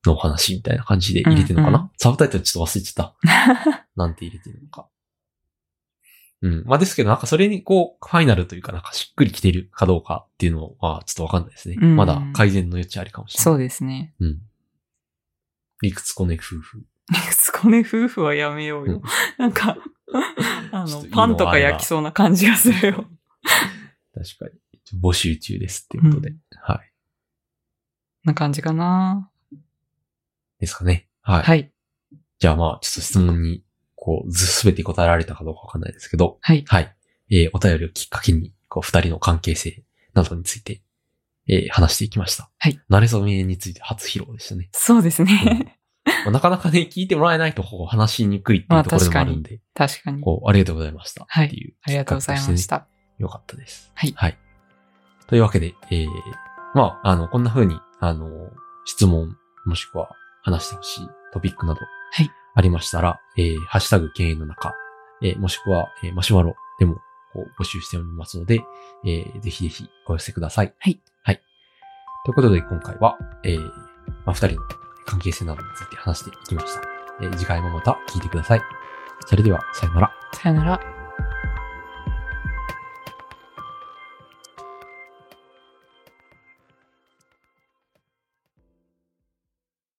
[SPEAKER 1] のお話みたいな感じで入れてるのかな、
[SPEAKER 2] うん (laughs)
[SPEAKER 1] サブタイトルちょっと忘れちゃった。なんて入れてるのか。うん。まあですけど、なんかそれにこう、ファイナルというかなんかしっくりきてるかどうかっていうのは、ちょっとわかんないですね。
[SPEAKER 2] うん
[SPEAKER 1] まだ改善の余地ありかもしれない。
[SPEAKER 2] そうですね。 (laughs)
[SPEAKER 1] う。うん。理屈こね夫婦。
[SPEAKER 2] つこね夫婦はやめよう
[SPEAKER 1] うん
[SPEAKER 2] よ。なん
[SPEAKER 1] (laughs)
[SPEAKER 2] か、あ
[SPEAKER 1] ちょっとい
[SPEAKER 2] の
[SPEAKER 1] い、の
[SPEAKER 2] パンとか焼きそうな感じがするよ。
[SPEAKER 1] 確かに。募集中ですっていうことで。
[SPEAKER 2] う
[SPEAKER 1] はい。
[SPEAKER 2] な感じかな。
[SPEAKER 1] ですかね。はい。
[SPEAKER 2] はい。
[SPEAKER 1] じゃあまあ、ちょっと質問に、こう、ず、すべて答えられたかどうかわかんないですけど、
[SPEAKER 2] はい。
[SPEAKER 1] はい。えーお便りをきっかけに、こう、二人の関係性などについて、えー話していきました。
[SPEAKER 2] はい。
[SPEAKER 1] 慣れ初めについて初披露でしたね。
[SPEAKER 2] そうですね。
[SPEAKER 1] まあなかなかね、聞いてもらえないと、こう、話しにくいっていうところでもあるんで、
[SPEAKER 2] 確かに。
[SPEAKER 1] こう、ありがとうございました。
[SPEAKER 2] はい
[SPEAKER 1] っていう、
[SPEAKER 2] ありがとうございまし。た。
[SPEAKER 1] よかったです。
[SPEAKER 2] はい
[SPEAKER 1] はい。というわけで、えー、まあ、あの、こんな風に、あの、質問、もしくは話してほしいトピックなど、
[SPEAKER 2] はい
[SPEAKER 1] ありましたら、えー、ハッシュタグ経営の中、えー、もしくは、えーマシュマロでも、こう、募集しておりますので、えー、ぜひぜひお寄せください。
[SPEAKER 2] はい。
[SPEAKER 1] はい。ということで、今回は、えー、まあ、二人の関係性などについて話していきました。えー、次回もまた聞いてください。それでは、さよなら。
[SPEAKER 2] さよなら。